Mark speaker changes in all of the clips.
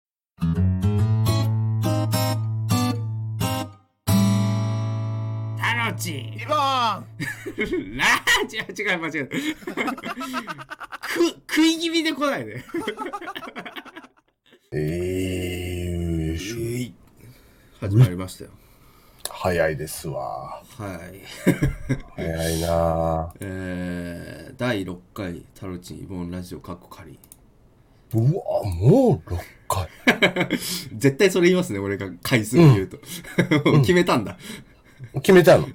Speaker 1: のうち
Speaker 2: リボーン
Speaker 1: ラージ違う間違えた く食い気味で来ないで
Speaker 3: えー、
Speaker 1: 始まりましたよ
Speaker 3: 早いですわ。
Speaker 1: はい
Speaker 3: 早いな
Speaker 1: えー、第6回タロチンイボンラジオカッコ仮
Speaker 3: ぁうわ、もう6回。
Speaker 1: 絶対それ言いますね俺が回数を言うと、もう決めたんだ、
Speaker 3: 決めたの。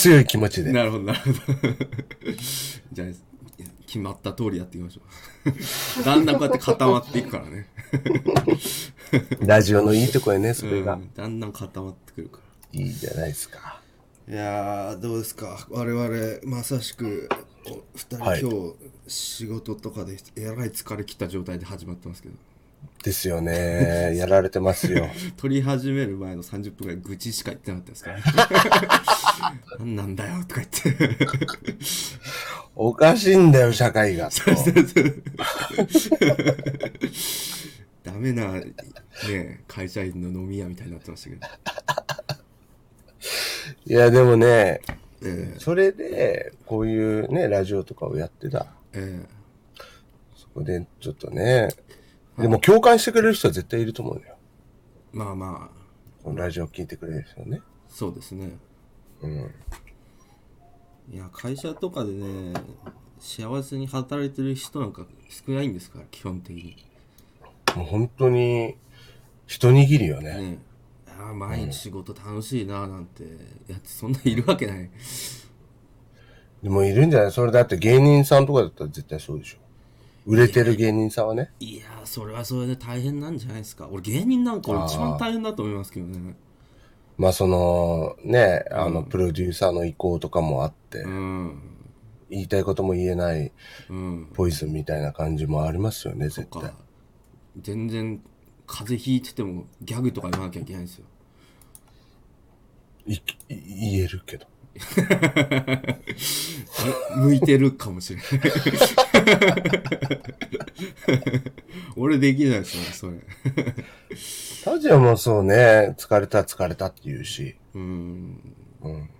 Speaker 3: 強い気持ちで。
Speaker 1: なるほどなるほど じゃあ決まった通りやっていきましょ うだんだんこうやって固まっていくからね
Speaker 3: ラジオのいいとこやね、それ
Speaker 1: う
Speaker 3: が。
Speaker 1: んだんだん固まってくるから
Speaker 3: いいじゃないですか。
Speaker 1: いやーどうですか我々まさしくお二人、
Speaker 3: はい
Speaker 1: 今日仕事とかでえらい疲れ切った状態で始まってますけど
Speaker 3: ですよね。やられてますよ。
Speaker 1: 撮り始める前の30分ぐらい愚痴しか言ってなかったですから何なんだよとか言って
Speaker 3: おかしいんだよ、社会が。
Speaker 1: ダメなね会社員の飲み屋みたいになってましたけど、
Speaker 3: いや、でもね、
Speaker 1: え
Speaker 3: それで、こういうね、ラジオとかをやってた。
Speaker 1: ーえ
Speaker 3: そこで、ちょっとね。でも、共感してくれる人は絶対いると思うのよ。
Speaker 1: ーまあまあ
Speaker 3: このラジオ聞いてくれる人ね。
Speaker 1: そうですね
Speaker 3: うん。
Speaker 1: いや会社とかでね幸せに働いてる人なんか少ないんですから基本的に
Speaker 3: もう本当に、一握りよね。
Speaker 1: ねああ毎日仕事楽しいななんてやってそんないるわけない
Speaker 3: でもいるんじゃないそれだって芸人さんとかだったら絶対そうでしょ。売れてる芸人さんはね。
Speaker 1: いやーそれはそれで大変なんじゃないですか俺芸人なんか俺一番大変だと思いますけどね
Speaker 3: まあその、ね、あの、プロデューサーの意向とかもあって、
Speaker 1: うん
Speaker 3: 言いたいことも言えない
Speaker 1: うん
Speaker 3: ポイズンみたいな感じもありますよね、絶
Speaker 1: と
Speaker 3: 対
Speaker 1: か。全然風邪ひいててもギャグとか言わなきゃいけないんですよ
Speaker 3: いい言えるけど。
Speaker 1: え向いてるかもしれない 俺できないですよそれ
Speaker 3: タジオもそうね、疲れた疲れたって言うし、
Speaker 1: うん
Speaker 3: うん、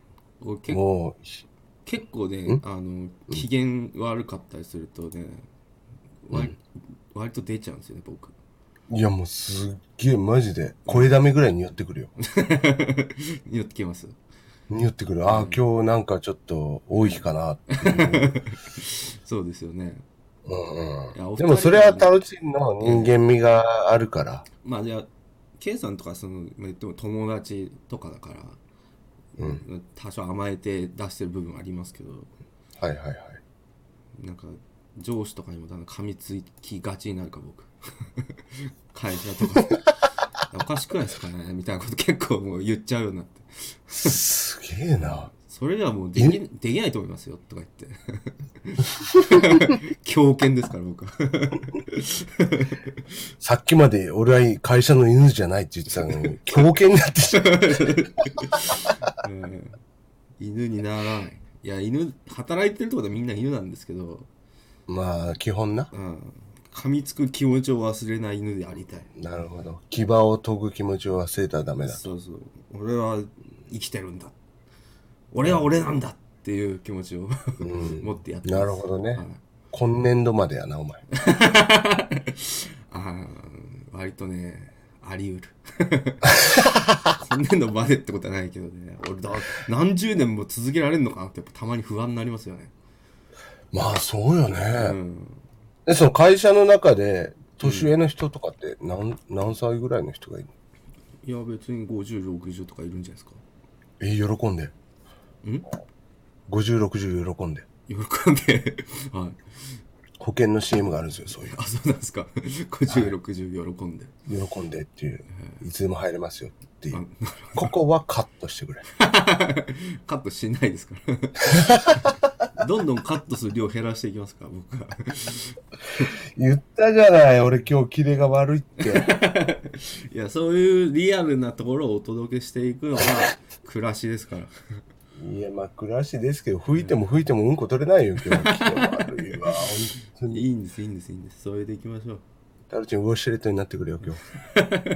Speaker 1: 俺結構
Speaker 3: もうひ、
Speaker 1: 結構ねあの機嫌悪かったりするとね、割割と出ちゃうんですよね僕
Speaker 3: いやもうすっげえマジで、声だめぐらいに寄って くるよ。
Speaker 1: 言ってきます
Speaker 3: にってくる。ああ、今日なんかちょっと多い日かなっていう。
Speaker 1: そうですよね
Speaker 3: うん
Speaker 1: いや
Speaker 3: う
Speaker 1: お
Speaker 3: ん。
Speaker 1: 二人
Speaker 3: でもそれはタロチンの人間味があるから。
Speaker 1: まあじゃあ K さんとかそのまあ言っても友達とかだから、多少甘えて出してる部分はありますけど
Speaker 3: はいはいはい。
Speaker 1: なんか上司とかにもだんだん噛みつきがちになるから僕 会社とかで おかしくないですかねみたいなこと結構もう言っちゃうようになって
Speaker 3: すげえな。
Speaker 1: それではもうできできないと思いますよとか言って 狂犬ですから僕は
Speaker 3: さっきまで俺は会社の犬じゃないって言ってたのに、狂犬になってき た。
Speaker 1: うん犬にならないいや犬働いてるとこでみんな犬なんですけど
Speaker 3: まあ、基本な。
Speaker 1: うん噛みつく気持ちを忘れない犬でありたい
Speaker 3: なるほど。牙を研ぐ気持ちを忘れたらダメだ。
Speaker 1: そうそう俺は生きてるんだ俺は俺なんだっていう気持ちを 持ってやってます
Speaker 3: なるほどね
Speaker 1: はい。
Speaker 3: 今年度までやな、お前。
Speaker 1: ああ割とねあり得る 今年度までってことはないけどね俺だ何十年も続けられるのかなってやっぱたまに不安になりますよね
Speaker 3: まあ、そうよ
Speaker 1: う
Speaker 3: ね。
Speaker 1: ん
Speaker 3: で、その会社の中で、年上の人とかって何、何歳ぐらいの人がいるの
Speaker 1: いや別に5060とかいるんじゃないですか
Speaker 3: えー、喜んで。
Speaker 1: ん
Speaker 3: ?50、60喜んで。
Speaker 1: 喜んで はい
Speaker 3: 保険の CM があるんですよ、そういう。
Speaker 1: あそうなんですか5060喜んで、
Speaker 3: 喜んでっていう、いつでも入れますよっていう
Speaker 1: あ。
Speaker 3: ここはカットしてくれ。
Speaker 1: カットしないですから どんどんカットする量減らしていきますから僕は
Speaker 3: 言ったじゃない、俺今日キレが悪いって。
Speaker 1: いやそういうリアルなところをお届けしていくのが暮らしですから
Speaker 3: いや、まあ、暮らしですけど、吹いても吹いてもうんこ取れないよ、今日は。キレが悪いわ。本当に。
Speaker 1: いいんですいいんですいいんですそれでいきましょう
Speaker 3: タルチンウォシュレットになってくれよ、今日。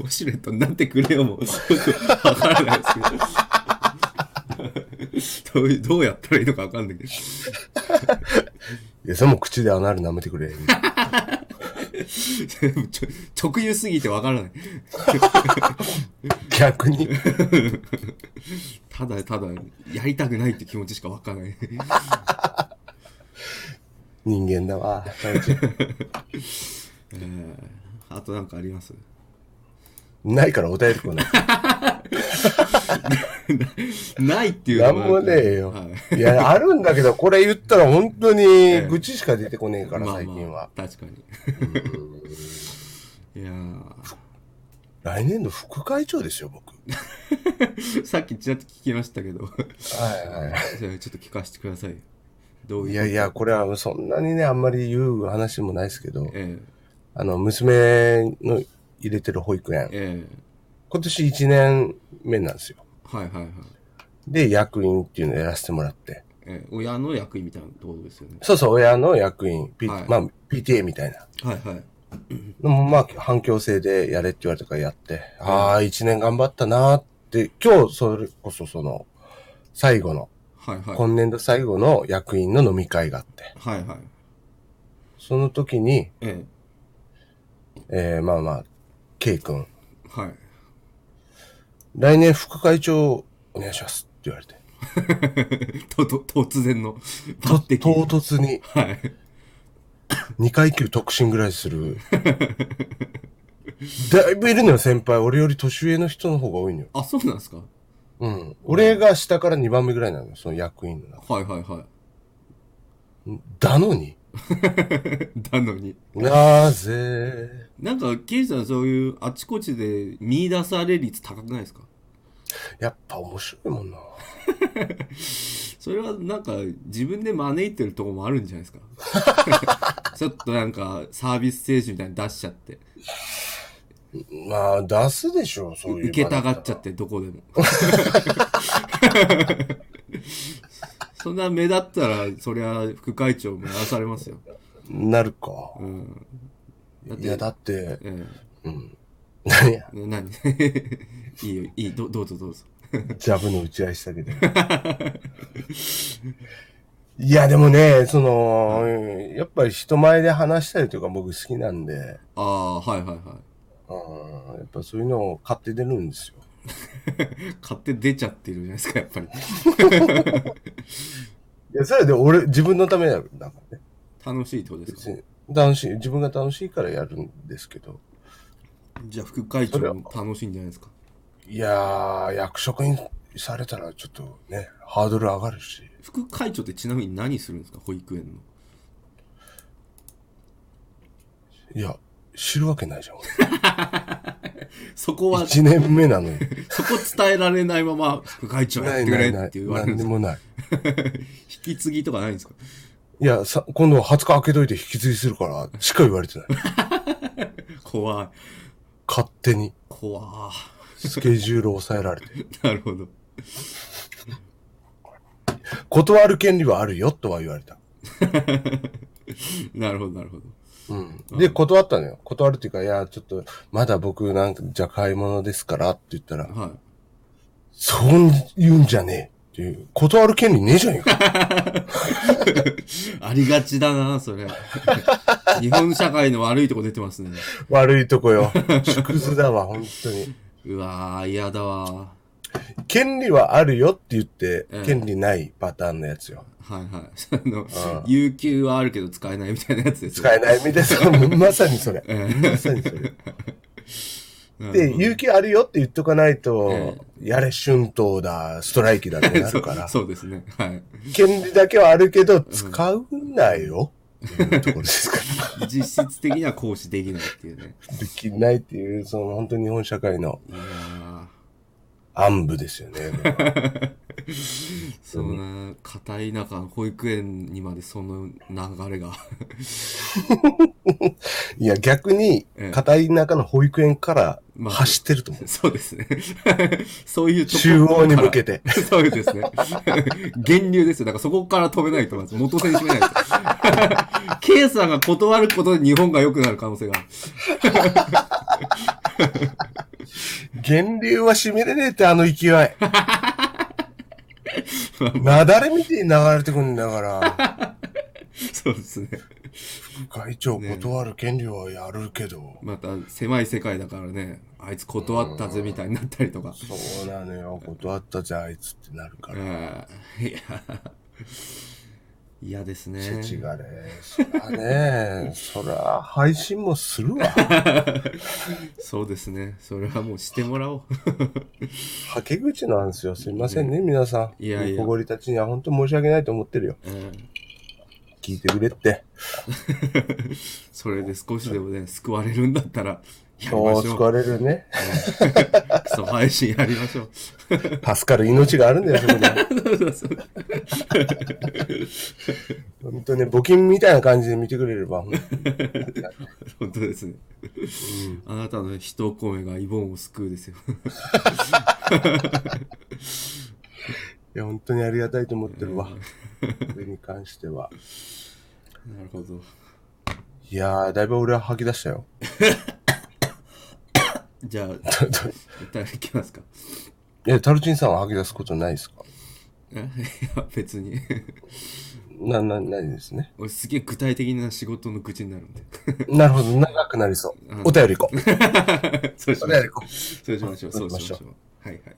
Speaker 1: ォシュレットになってくれよもう、よくわからないですけど。どう いうどうやったらいいのかわかんないけど。
Speaker 3: いや、それも口でアナル舐めてくれ。
Speaker 1: ちょ直湯すぎてわからない。
Speaker 3: 逆に。
Speaker 1: ただただ、やりたくないって気持ちしかわからない。
Speaker 3: 人間だわ。タルチン
Speaker 1: えーあとなんかあります
Speaker 3: ないからお便り来ない。
Speaker 1: ないっていう
Speaker 3: な
Speaker 1: の
Speaker 3: ん
Speaker 1: が
Speaker 3: もねえよ
Speaker 1: はい。
Speaker 3: いや、あるんだけど、これ言ったら本当に愚痴しか出てこねえから、
Speaker 1: まあ
Speaker 3: 最近は。
Speaker 1: まあ、確かに。 いや
Speaker 3: 来年度副会長ですよ、僕。
Speaker 1: ーさっきちらっと聞きましたけど、
Speaker 3: はいはい。
Speaker 1: じゃあちょっと聞かせてください。どういう。
Speaker 3: いやいや、これはそんなにね、あんまり言う話もないですけど、
Speaker 1: え
Speaker 3: あの、娘の入れてる保育
Speaker 1: ええ
Speaker 3: 園、今年1年目なんですよ。
Speaker 1: えはいはいはい。
Speaker 3: で、役員っていうのをやらせてもらって、
Speaker 1: ええ親の役員みたいなところですよね。
Speaker 3: そうそう、親の役員、P
Speaker 1: はい
Speaker 3: まあ、PTA みたいな
Speaker 1: はいはい。
Speaker 3: のも、まあ、反響制でやれって言われたからやって、ああ、1年頑張ったなーって、今日、それこそその、最後の、
Speaker 1: はいはい。
Speaker 3: 今年度最後の役員の飲み会があって、
Speaker 1: はいはい。
Speaker 3: その時に、
Speaker 1: え
Speaker 3: えー、まあまあ、K 君、
Speaker 1: えはい。
Speaker 3: 来年副会長お願いしますって言われて。
Speaker 1: と、と、突然の抜
Speaker 3: と
Speaker 1: 擢。
Speaker 3: 唐突に
Speaker 1: はい。
Speaker 3: 2階級特進ぐらいする。だいぶいるのよ、先輩。俺より年上の人の方が多いのよ。
Speaker 1: あ、そうなんですか
Speaker 3: うん。俺が下から2番目ぐらいなのよ、その役員の中。
Speaker 1: はいはいは
Speaker 3: だのに。
Speaker 1: い。 なのに。
Speaker 3: なぜ
Speaker 1: なんか、ケイジさんそういうあちこちで見出され率高くないですか
Speaker 3: やっぱ面白いもんな。
Speaker 1: それはなんか自分で招いてるとこもあるんじゃないですかちょっとなんか サービス精神みたいに出しちゃって
Speaker 3: まあ、出すでしょ、そういう。
Speaker 1: 受けたがっちゃってどこでも そんな目立ったらそりゃ副会長もやらされますよ、
Speaker 3: なるか。
Speaker 1: うん、だっ
Speaker 3: い
Speaker 1: て
Speaker 3: や、だって、
Speaker 1: え
Speaker 3: うん。何や、
Speaker 1: えな何 いいよいいどどうぞどうぞ
Speaker 3: ジャブの打ち合いしたけど。いや、でもね、その、うんやっぱり人前で話したりとか僕好きなんで、
Speaker 1: ああはいはいは
Speaker 3: うんやっぱそういうのを買って出るんですよ。
Speaker 1: い勝手に出ちゃってるじゃないですかやっぱり
Speaker 3: いや、それで俺、自分のためだからね。
Speaker 1: 楽しいってことです
Speaker 3: 別
Speaker 1: か
Speaker 3: に楽しい、自分が楽しいからやるんですけど。
Speaker 1: じゃあ副会長も楽しいんじゃないですか
Speaker 3: いやー、役職員されたらちょっとね、ハードル上がるし。
Speaker 1: 副会長ってちなみに何するんですか保育園の
Speaker 3: いや、知るわ けないじゃん。
Speaker 1: そこは
Speaker 3: 1年目なのに。
Speaker 1: そこ伝えられないまま副会長や
Speaker 3: な
Speaker 1: っ
Speaker 3: い
Speaker 1: てく
Speaker 3: な
Speaker 1: れ
Speaker 3: いな
Speaker 1: っ
Speaker 3: い。
Speaker 1: て言われるん
Speaker 3: 何
Speaker 1: で
Speaker 3: です
Speaker 1: か
Speaker 3: もない。
Speaker 1: 引き継ぎとかないんですか
Speaker 3: いや、さ、今度は20日開けといて引き継ぎするから、しか言われてない。
Speaker 1: 怖い
Speaker 3: 勝手に、
Speaker 1: 怖い
Speaker 3: スケジュールを抑えられて。
Speaker 1: なるほど
Speaker 3: 断る権利はあるよ、とは言われた。
Speaker 1: なるほどなるほど
Speaker 3: うん。で、断ったのよ。断るっていうか、いや、ちょっと、まだ僕なんか、じゃあ買い物ですから、って言ったら、
Speaker 1: は
Speaker 3: そう言うんじゃねえ、っていう。断る権利ねえじゃねえか。
Speaker 1: いありがちだなそれ 日本社会の悪いとこ出てますね
Speaker 3: 悪いとこよ。縮図だわ、本当に。
Speaker 1: うわー嫌だわー
Speaker 3: 権利はあるよって言って
Speaker 1: うん、
Speaker 3: 権利ないパターンのやつよ。
Speaker 1: はい はいあの有給はあるけど使えないみたいなやつですよ
Speaker 3: 使えないみたいな、ま さにそれ。まさにそれ。
Speaker 1: うん
Speaker 3: で、勇気あるよって言っとかないと
Speaker 1: え、
Speaker 3: やれ、春闘だ、ストライキだってなるか ら、
Speaker 1: そうですねはい
Speaker 3: 権利だけはあるけど、使うなよ、っていうところですから。
Speaker 1: 実質的には行使できないっていうね
Speaker 3: できないっていう、その本当に日本社会の
Speaker 1: いやー
Speaker 3: 暗部ですよね。
Speaker 1: そうね、硬い中の保育園にまでその流れが
Speaker 3: いや、逆に
Speaker 1: ええ、
Speaker 3: 片田舎の保育園から
Speaker 1: まあ
Speaker 3: 走ってると思う。
Speaker 1: そうですね そういうとこ
Speaker 3: 中央に向けて
Speaker 1: そうですね源流ですよだからそこから止めないとまず元手にしめないと K さんが断ることで日本が良くなる可能性がある。
Speaker 3: 源流はしめれねえって、あの勢い。なだれみてえに流れてくんだ から、
Speaker 1: そうですね。
Speaker 3: 会長断る権利はやるけど。
Speaker 1: また狭い世界だからね、あいつ断ったぜみたいになったりとか。
Speaker 3: そうなのよ、断ったじゃあいつってなるから。
Speaker 1: あーいや、 嫌ですね。
Speaker 3: せちがれ。そらね、そら配信もするわ。
Speaker 1: そうですね。それはもうしてもらおう。
Speaker 3: はけ口なんですよ。すいませんね、皆さん。
Speaker 1: いやいや
Speaker 3: ニコゴリたちには本当申し訳ないと思ってるよ。
Speaker 1: うん
Speaker 3: 聞いてくれって。
Speaker 1: それで少しでもね、救われるんだったら、やりま
Speaker 3: そう、
Speaker 1: し
Speaker 3: 救
Speaker 1: ょう。
Speaker 3: われるね。
Speaker 1: クソ配信やりましょう。
Speaker 3: 助かる命があるんだよ、そこには。本当ね、募金みたいな感じで見てくれれ ば。
Speaker 1: 本当ですね。あなたの人を込めがイボンを救うですよ。
Speaker 3: いや、本当にありがたいと思ってるわ。これに関しては。
Speaker 1: なるほど。
Speaker 3: いやー、だいぶ俺は吐き出したよ。
Speaker 1: じゃあ、歌いきますか。
Speaker 3: いや、タルチンさんは吐き出すことないですか
Speaker 1: え いや、別に。
Speaker 3: な、な、ないですね。
Speaker 1: 俺すげえ具体的な仕事の愚痴になるんで。
Speaker 3: なるほど、長くなりそう
Speaker 1: うん。
Speaker 3: お便り行こう。
Speaker 1: そうし
Speaker 3: お
Speaker 1: ましょう。
Speaker 3: 便り行こう。
Speaker 1: そうしましょう。そうしましょ
Speaker 3: そうし
Speaker 1: う。はいはい。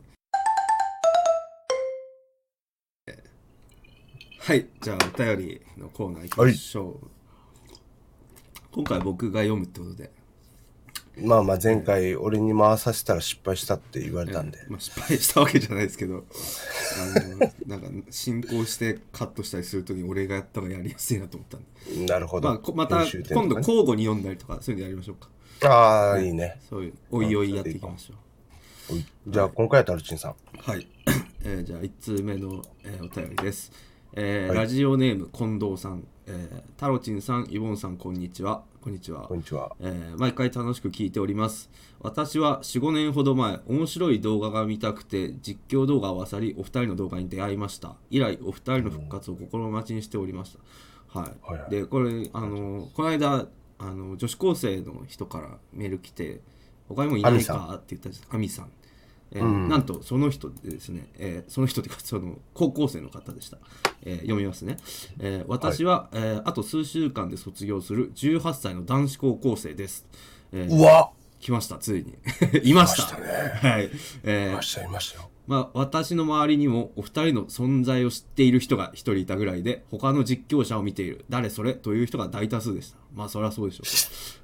Speaker 1: はい。じゃあ、お便りのコーナー行きましょう。今回僕が読むってことで。
Speaker 3: まあまあ、前回俺に回させたら失敗したって言われたんで。
Speaker 1: まあ、失敗したわけじゃないですけどあのなんか進行してカットしたりするときに俺がやった方がやりやすいなと思ったんで、
Speaker 3: なるほど。
Speaker 1: まあ、こまた
Speaker 3: 編集点とか
Speaker 1: 今度
Speaker 3: ね
Speaker 1: 交互に読んだりとかそういうのやりましょうか
Speaker 3: ああ、いいね。
Speaker 1: そういうおいおいやっていきましょ
Speaker 3: おいじゃあ、今回はタルチンさん。
Speaker 1: うはいえーじゃあ1通目の、えーお便りです、えーラジオネーム近藤さん、えー、タロチンさんイボンさんこんにちはこんにちは
Speaker 3: こんにちは。
Speaker 1: えー毎回楽しく聞いております私は45年ほど前面白い動画が見たくて実況動画を漁りお二人の動画に出会いました以来お二人の復活を心待ちにしておりました、はい、
Speaker 3: はいはい
Speaker 1: でこれあのこの間あの女子高生の人からメール来て他にもいないかって言ったんですアミさんえー
Speaker 3: うん
Speaker 1: なんとその人でですね、えーその人というかその高校生の方でした、えー読みますね、えー私は、えーあと数週間で卒業する18歳の男子高校生です、えー
Speaker 3: うわ
Speaker 1: 来ましたついに いました
Speaker 3: 来ま
Speaker 1: はい、え
Speaker 3: い
Speaker 1: ー
Speaker 3: ました、いましたよ。
Speaker 1: まあ、私の周りにもお二人の存在を知っている人が一人いたぐらいで他の実況者を見ている誰それという人が大多数でしたまあそりゃそうでしょう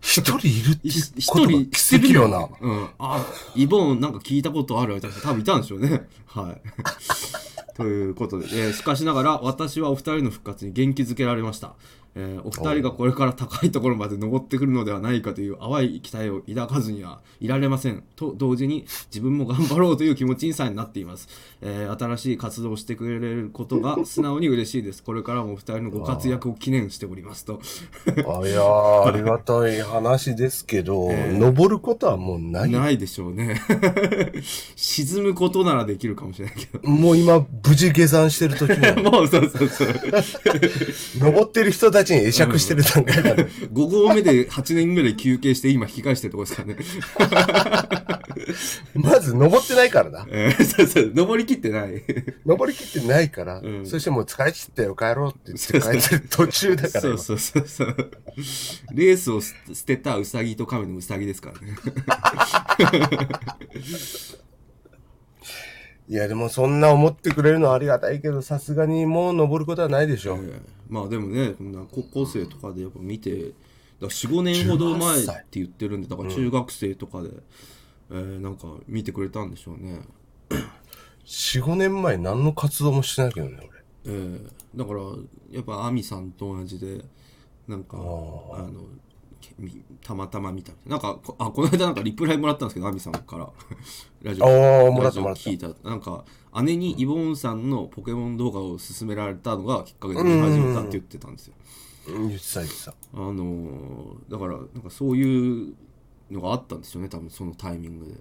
Speaker 3: 一人いるって
Speaker 1: い一
Speaker 3: ことが
Speaker 1: 人
Speaker 3: 奇跡よな。
Speaker 1: うん、あイボンなんか聞いたことあるみたいな人多分いたんでしょうね はい ということで、えーしかしながら私はお二人の復活に元気づけられました、えーお二人がこれから高いところまで登ってくるのではないかという淡い期待を抱かずにはいられませんと同時に自分も頑張ろうという気持ちにさえなっています、えー新しい活動をしてくれることが素直に嬉しいですこれからもお二人のご活躍を記念しておりますと
Speaker 3: あいやー、ありがたい話です けど、登ることはもうない。
Speaker 1: ないでしょうね 沈むことならできるかもしれないけど
Speaker 3: もう今、無事下山してる途中な の
Speaker 1: もうそうそうそう
Speaker 3: 登ってる人たちに会釈してる段階なの。
Speaker 1: 5合目で8年目で休憩して今引き返してるとこですからね、
Speaker 3: まず登ってないからな。
Speaker 1: えー そうそう登りきってない
Speaker 3: 登りきってないから、
Speaker 1: ん
Speaker 3: そしてもう疲れ切ったよ、帰ろうって言って帰ってる途中だから
Speaker 1: そう
Speaker 3: 今。
Speaker 1: そうそうそうレースを捨て捨てたウサギと亀のウサギですからね
Speaker 3: いや、でもそんな思ってくれるのはありがたいけど、さすがにもう登ることはないでしょ。
Speaker 1: えーまあでもねこんな高校生とかでやっぱ見て45年ほど前っ
Speaker 3: 18
Speaker 1: て
Speaker 3: 歳
Speaker 1: 言ってるんでだから中学生とかで、えーなんか見てくれたんでしょうね
Speaker 3: 4、5年前何の活動もしてないけどね、俺。
Speaker 1: えーだからやっぱ亜美さんと同じでなんかあのけみたまたま見たみたいななんかこあこの間なんかリプライもらったんですけど亜美さんから ラジオ
Speaker 3: あーも
Speaker 1: ラ
Speaker 3: らった
Speaker 1: ジオ
Speaker 3: もらった
Speaker 1: 聞いたなんか姉にイボーンさんのポケモン動画を勧められたのがきっかけで見始めたって言ってたんですよ
Speaker 3: うん言ってた言ってた。
Speaker 1: あのーだからなんかそういうのがあったんですよね多分そのタイミングで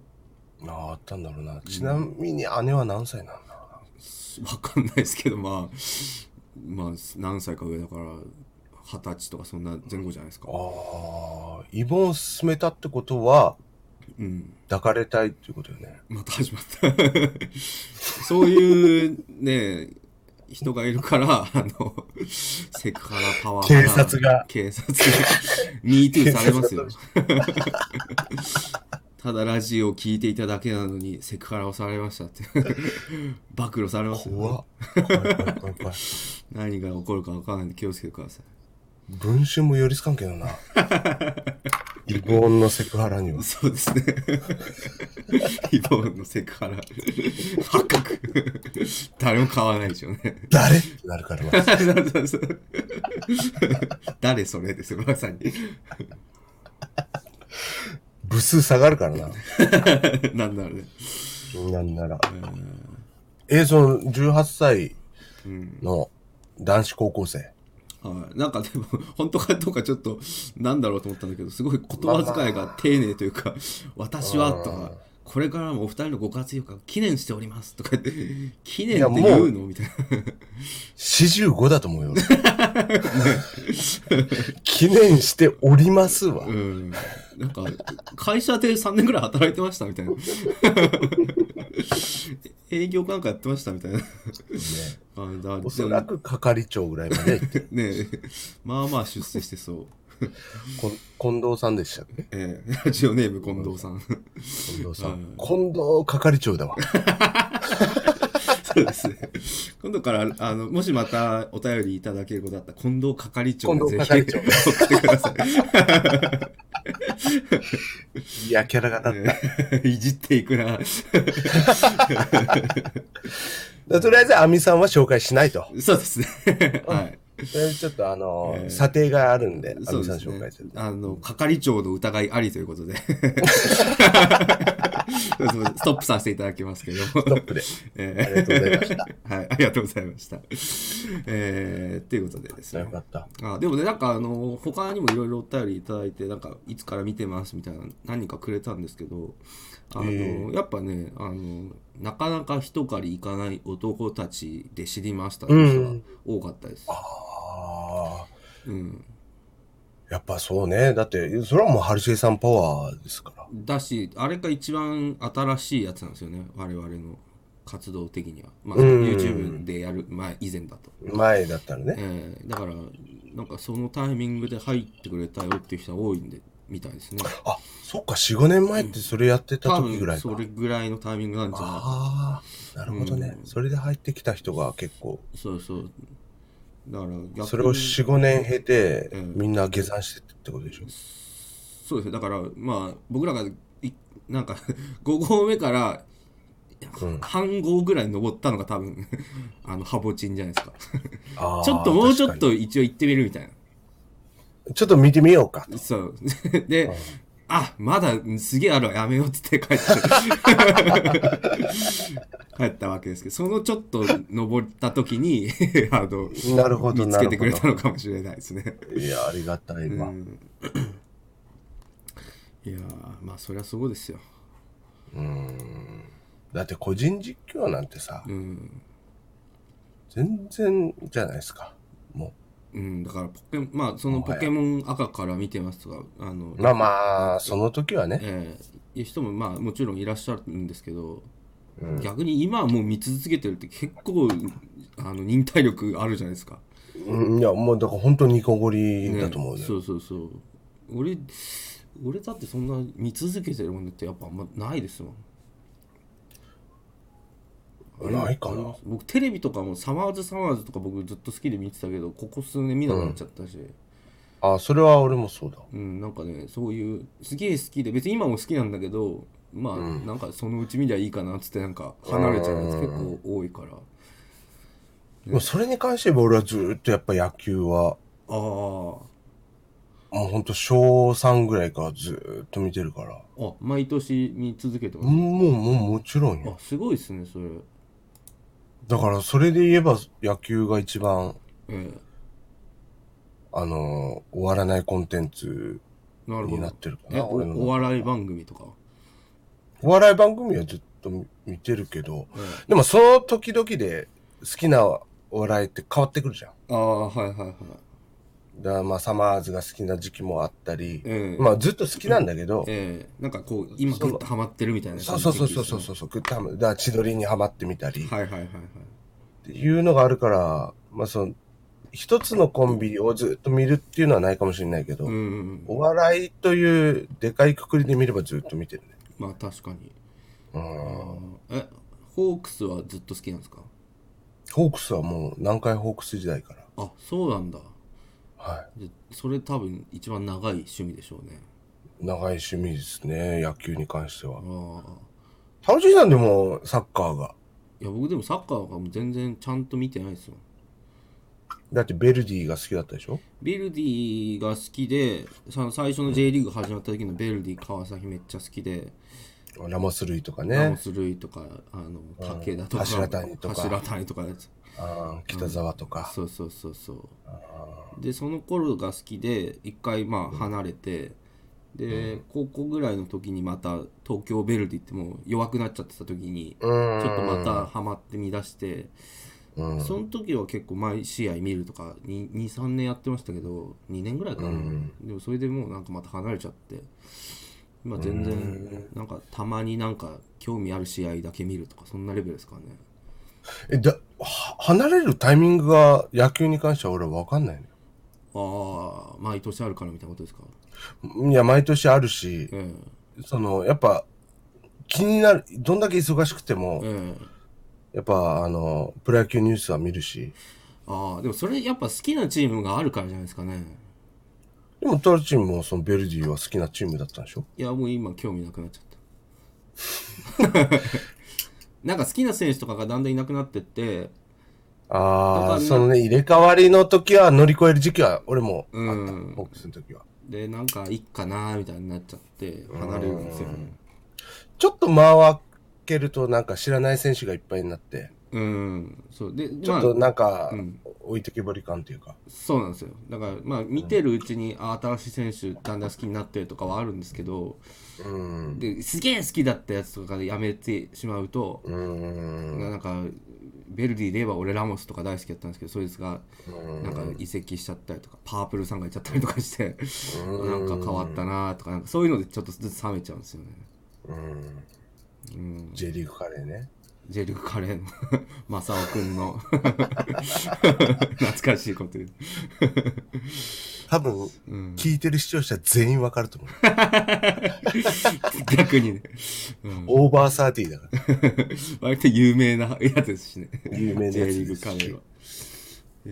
Speaker 3: あああったんだろうな。ちなみに姉は何歳なんだろ
Speaker 1: わかんないですけどまあまあ何歳か上だから二十歳とかそんな前後じゃないですか。
Speaker 3: ああ、イボンを勧めたってことは、
Speaker 1: うん。
Speaker 3: 抱かれたいっていうことよね。
Speaker 1: また始まった。 そういうね、人がいるから、あの、セクハラ、パワハラ。
Speaker 3: 警察が
Speaker 1: 警察が。MeToo されますよ
Speaker 3: 警。
Speaker 1: ただラジオを聞いていただけなのに、セクハラをされましたって。 暴露されますよ。
Speaker 3: 怖っ。怖い怖い怖い怖い
Speaker 1: 何が起こるか分からないんで気をつけてください。
Speaker 3: 文春も寄りつかんけどな。 イボンのセクハラには。
Speaker 1: そうですね。 イボンのセクハラ。 発覚。 誰も買わないでしょうね。
Speaker 3: 誰ってなるからな。
Speaker 1: そうそうそう 誰それですよ、まさに。
Speaker 3: 部数下がるからな。
Speaker 1: なんだろうね。
Speaker 3: なんなら。えー、その18歳の男子高校生。
Speaker 1: はい。なんかでも、本当かどうかちょっと、なんだろうと思ったんだけど、すごい言葉遣いが丁寧というか、私はとか、これからもお二人のご活躍を記念しておりますとか言って、 記念って言うのみたいな。
Speaker 3: 45だと思う よ。記念しておりますわ。
Speaker 1: うん。なんか、会社で3年ぐらい働いてましたみたいな。 営業かなんかやってましたみたいな。あだ
Speaker 3: おそらく係長ぐらいまで行ってる
Speaker 1: ねえ、まあまあ出世してそう。
Speaker 3: こ近藤さんでしたっけ
Speaker 1: ええ、ラジオネーム 近藤 さん。
Speaker 3: 近藤さん。近藤係長 だわ。
Speaker 1: そうですね。今度から、あの、もしまたお便りいただけることあったら、近藤係長にぜひ
Speaker 3: 近藤係
Speaker 1: 送ってくださ
Speaker 3: いや、キャラが立っ
Speaker 1: い。いじっていくな。
Speaker 3: た。とりあえず、アミさんは紹介しないと。
Speaker 1: そうですね。はい。
Speaker 3: とりあえずちょっとあの
Speaker 1: え、ー
Speaker 3: 査定があるんで、ア
Speaker 1: そう
Speaker 3: ミさん
Speaker 1: です
Speaker 3: 紹
Speaker 1: ね
Speaker 3: 介する。。
Speaker 1: あの、係長の疑いありということ で。そうですねストップさせていただきますけども。
Speaker 3: トップで。あり
Speaker 1: え
Speaker 3: がとうございました。
Speaker 1: えはい、ありがとうございました。えー、ということでですね
Speaker 3: よ。かった。
Speaker 1: あでもねなんかあの他にもいろいろお便りいただいてなんかいつから見てますみたいな何人かくれたんですけどあの、
Speaker 3: え
Speaker 1: やっぱねあのなかなか一狩り行かない男たちで知りましたって
Speaker 3: うん
Speaker 1: 人が多かったです、
Speaker 3: ああ。
Speaker 1: うん、
Speaker 3: やっぱそうね。だって、それはもう、春重さんパワーですから。
Speaker 1: だしあれが一番新しいやつなんですよね我々の活動的には、まあ、
Speaker 3: うん
Speaker 1: YouTube でやる前以前だと、
Speaker 3: 前だったらね。
Speaker 1: えーだからなんかそのタイミングで入ってくれたよっていう人は多いんでみたいですね
Speaker 3: あ、そっか、4、5年前ってそれやってた
Speaker 1: 多
Speaker 3: 時ぐら
Speaker 1: 分
Speaker 3: い
Speaker 1: そ
Speaker 3: か。
Speaker 1: れぐらいのタイミングなんじゃないか
Speaker 3: ああ、なるほどね。それで入ってきた人が結構、
Speaker 1: そうそう。だから逆に
Speaker 3: それを4、5年経て、
Speaker 1: うん
Speaker 3: みんな下山してってことでしょ。
Speaker 1: そうですね。だから、まあ、僕らがい、なんか、5合 目から、半合ぐらい登ったのが多分、 あの、ハボチンじゃないですか。
Speaker 3: あー
Speaker 1: ちょっともうちょっ。
Speaker 3: 確か
Speaker 1: と一応行ってみるみたい
Speaker 3: にちょっと見てみようか。
Speaker 1: な。そう。 で、あ、まだすげえあるわ、やめようって言って帰って、 帰ったわけですけど、そのちょっと登った時に、 あの、
Speaker 3: なるほど、
Speaker 1: 見つ
Speaker 3: な
Speaker 1: け
Speaker 3: る
Speaker 1: てく
Speaker 3: ほ
Speaker 1: れたのかもしれないですね。
Speaker 3: ど。いや、ありがたいわ。
Speaker 1: いやーまあそりゃそうですよ。
Speaker 3: だって個人実況なんてさ、
Speaker 1: うん、
Speaker 3: 全然じゃないですか。も
Speaker 1: うん、だからポケモンまあそのポケモン赤から見てますとかあの
Speaker 3: う。、まあまあ、その時はね。
Speaker 1: えーいう人もまあもちろんいらっしゃるんですけど、逆に今はもう見続けてるって結構あの忍耐力あるじゃないですか。
Speaker 3: うん、いや、もうだから本当にニコゴリ
Speaker 1: ね
Speaker 3: だと思うよ。
Speaker 1: そうそうそう。俺俺だってそんな見続けてるもんだってやっぱあんまないですもん。
Speaker 3: ないか
Speaker 1: あり
Speaker 3: な
Speaker 1: ま。す僕テレビとかもサマーズサマーズとか僕ずっと好きで見てたけどここ数年見なくなっちゃったし、
Speaker 3: あ、それは俺もそうだ。
Speaker 1: うんなんかねそういうすげえ好きで別に今も好きなんだけどまあ、なんかそのうち見りゃいいかなっつってなんか離れちゃうやつ結構多いから
Speaker 3: もうそれに関しては俺はずーっとやっぱ野球は、
Speaker 1: ああ
Speaker 3: もう本当小3ぐらいからずーっと見てるから。
Speaker 1: あ毎年見続けてま
Speaker 3: もう、
Speaker 1: す、
Speaker 3: もう、もちろんよ。
Speaker 1: あすごいですねそれ
Speaker 3: だからそれで言えば野球が一番、
Speaker 1: え
Speaker 3: あのー終わらないコンテンツ
Speaker 1: えなるほ
Speaker 3: に
Speaker 1: ど
Speaker 3: なってるか
Speaker 1: え
Speaker 3: な。
Speaker 1: お
Speaker 3: 俺の
Speaker 1: お笑い番組とか
Speaker 3: お笑い番組はずっと見てるけど、でもその時々で好きなお笑いって変わってくるじゃん。
Speaker 1: ああはいはいはい
Speaker 3: だからまあ、サマーズが好きな時期もあったり、
Speaker 1: ええ
Speaker 3: まあ、ずっと好きなんだけど、
Speaker 1: ええなんかこう、今グッとハマってるみたいな
Speaker 3: そ
Speaker 1: 感
Speaker 3: う
Speaker 1: じ
Speaker 3: そうそうそうそうそうそう、多分だから千鳥にはまってみたり、
Speaker 1: はいはいはいはい。
Speaker 3: っていうのがあるから、まあ、その、一つのコンビをずっと見るっていうのはないかもしれないけど、
Speaker 1: うんうんうん。
Speaker 3: お笑いというでかいくくりで見ればずっと見てるね。
Speaker 1: まあ確かに。
Speaker 3: うん。
Speaker 1: え、ホークスはずっと好きなんですか
Speaker 3: ホークスはもう南海ホークス時代から。
Speaker 1: あ、そうなんだ。
Speaker 3: は
Speaker 1: でそれ多分一番長い趣味でしょうね。
Speaker 3: い。長い趣味ですね、野球に関しては
Speaker 1: あ。あ。
Speaker 3: 楽しいなんでも、サッカーが。
Speaker 1: いや、僕でもサッカーがもう全然ちゃんと見てないですよ。
Speaker 3: だってベルディが好きだったでしょ
Speaker 1: ベルディが好きで、その最初の J リーグ始まった時のベルディ川崎めっちゃ好きで、
Speaker 3: ラモス類とか
Speaker 1: ラモ
Speaker 3: ね。
Speaker 1: スルイとか、あの、武田とか、
Speaker 3: 柱谷とか
Speaker 1: 柱谷とかです
Speaker 3: あー北沢とか。
Speaker 1: そうそうそうそうでその頃が好きで一回まあ離れて、で、高校ぐらいの時にまた東京ヴェルディってもう弱くなっちゃってた時にち
Speaker 3: うー
Speaker 1: ょ
Speaker 3: ん。
Speaker 1: っとまたハマって見出して、
Speaker 3: うん。
Speaker 1: その時は結構毎試合見るとか23年やってましたけど2年ぐらいかな、
Speaker 3: うん
Speaker 1: でもそれでもうなんかまた離れちゃって今全然なんかたまになんか興味ある試合だけ見るとかそんなレベルですからね
Speaker 3: え、だ、は離れるタイミングが野球に関しては俺は分かんないね。
Speaker 1: ああ毎年あるからみたいなことですか
Speaker 3: いや、毎年あるし、
Speaker 1: ええ
Speaker 3: その、やっぱ、気になる、どんだけ忙しくても、
Speaker 1: ええ
Speaker 3: やっぱ、あの、プロ野球ニュースは見るし、
Speaker 1: ああでもそれやっぱ好きなチームがあるからじゃないですかね
Speaker 3: でも、トラチームも、その、ベルディは好きなチームだったんでしょ
Speaker 1: いやもう今興味なくなっちゃった なんか好きな選手とかがだんだんいなくなってって
Speaker 3: あ
Speaker 1: だから
Speaker 3: あ、そのね、入れ替わりの時は乗り越える時期は、俺もあった。
Speaker 1: うん
Speaker 3: ホークスの時は。
Speaker 1: でなんかいっかなーみたいになっちゃって離れるんですよね
Speaker 3: ちょっと間を空けると、なんか知らない選手がいっぱいになって、
Speaker 1: うんそうで
Speaker 3: ちょ
Speaker 1: ま
Speaker 3: っ
Speaker 1: あ
Speaker 3: となんか、
Speaker 1: ん
Speaker 3: 置いてけぼり感というか。
Speaker 1: そうなんですよだからまあ見てるうちに、あ新しい選手だんだん好きになってとかはあるんですけど
Speaker 3: うん。
Speaker 1: ですげえ好きだったやつとかでやめてしまうと、
Speaker 3: うん。
Speaker 1: なんかベルディで言えば俺ラモスとか大好きだったんですけどそいつがなんか移籍しちゃったりとかパープルさんがいちゃったりとかしてなんか変わったなとかなんかそういうのでちょっとずつ冷めちゃうんですよね
Speaker 3: う
Speaker 1: う
Speaker 3: ん。
Speaker 1: ん
Speaker 3: J リーグカレーね。
Speaker 1: ジェリックカレーの マサオくんの 懐かしいこと言う
Speaker 3: 多分、聞いてる視聴者全員わかると思う。
Speaker 1: 逆にね
Speaker 3: オーバーサーティーだから。
Speaker 1: 割と有名なやつですしね
Speaker 3: 有名な
Speaker 1: J
Speaker 3: やつです
Speaker 1: リーグカレーはい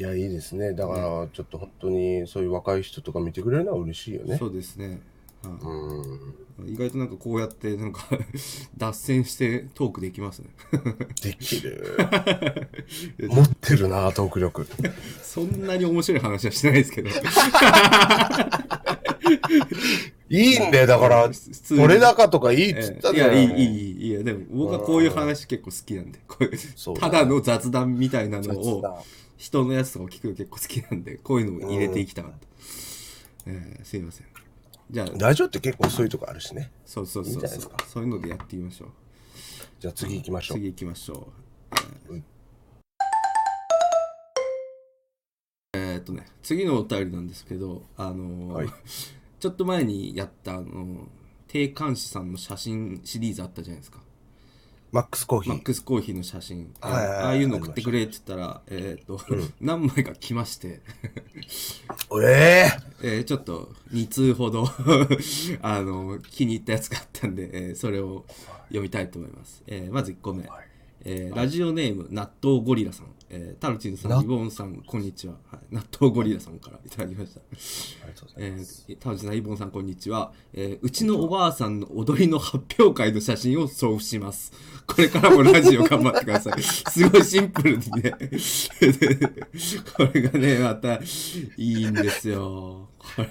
Speaker 1: や
Speaker 3: いや、いいですね。だから、ちょっと本当に、そういう若い人とか見てくれるのは嬉しいよ
Speaker 1: ー
Speaker 3: ね。
Speaker 1: そうですね、はい
Speaker 3: うん。
Speaker 1: 意外となんかこうやってなんか脱線してトークできますね
Speaker 3: できる。持ってるな、トーク力。
Speaker 1: そんなに面白い話はしてないですけど
Speaker 3: いいんだよ、だから、
Speaker 1: 普通に
Speaker 3: 取れ高とかいいっ
Speaker 1: え
Speaker 3: つっ
Speaker 1: え
Speaker 3: た
Speaker 1: い
Speaker 3: じゃ
Speaker 1: や
Speaker 3: ん。
Speaker 1: いいいいいいいやでも僕はこういう話結構好きなんでこういう
Speaker 3: そう
Speaker 1: ただの雑談みたいなの
Speaker 3: 雑談
Speaker 1: を人のやつとかを聞くの結構好きなんでこういうのを入れていきたかった、ええすいませんじゃあ
Speaker 3: ラジオって結構そういうとこあるしね。
Speaker 1: そうそう
Speaker 3: いい
Speaker 1: そ
Speaker 3: んじ
Speaker 1: う
Speaker 3: ゃないで
Speaker 1: そ
Speaker 3: す
Speaker 1: う
Speaker 3: か
Speaker 1: そういうのでやってみましょう
Speaker 3: じゃあ次行きましょう。
Speaker 1: 次行きましょう、
Speaker 3: うん
Speaker 1: えーっとね次のお便りなんですけどあのー
Speaker 3: はい
Speaker 1: ちょっと前にやったあの定冠師さんの写真シリーズあったじゃないですか
Speaker 3: マックスコーヒ
Speaker 1: マッ
Speaker 3: ー。
Speaker 1: クスコーヒーの写真あ,、
Speaker 3: はいはいはい
Speaker 1: あいうの送ってくれって言ったらえーっと、何枚か来まして、
Speaker 3: え
Speaker 1: えーちょっと2通ほど あの気に入ったやつがあったんで、えーそれを読みたいと思います、えーまず1個目、えーラジオネーム納豆ゴリラさん、えータルチンさん
Speaker 3: な
Speaker 1: リボンさんこんにちは、はい、納豆ゴリラさんからいただきました
Speaker 3: えありがとうござい
Speaker 1: えー、田内さん、イボンさん、こんにちは、えーうちのおばあさんの踊りの発表会の写真を送付します。これからもラジオ頑張ってくだ さい。すごいシンプルにね。これがね、また、いいんですよ。これ、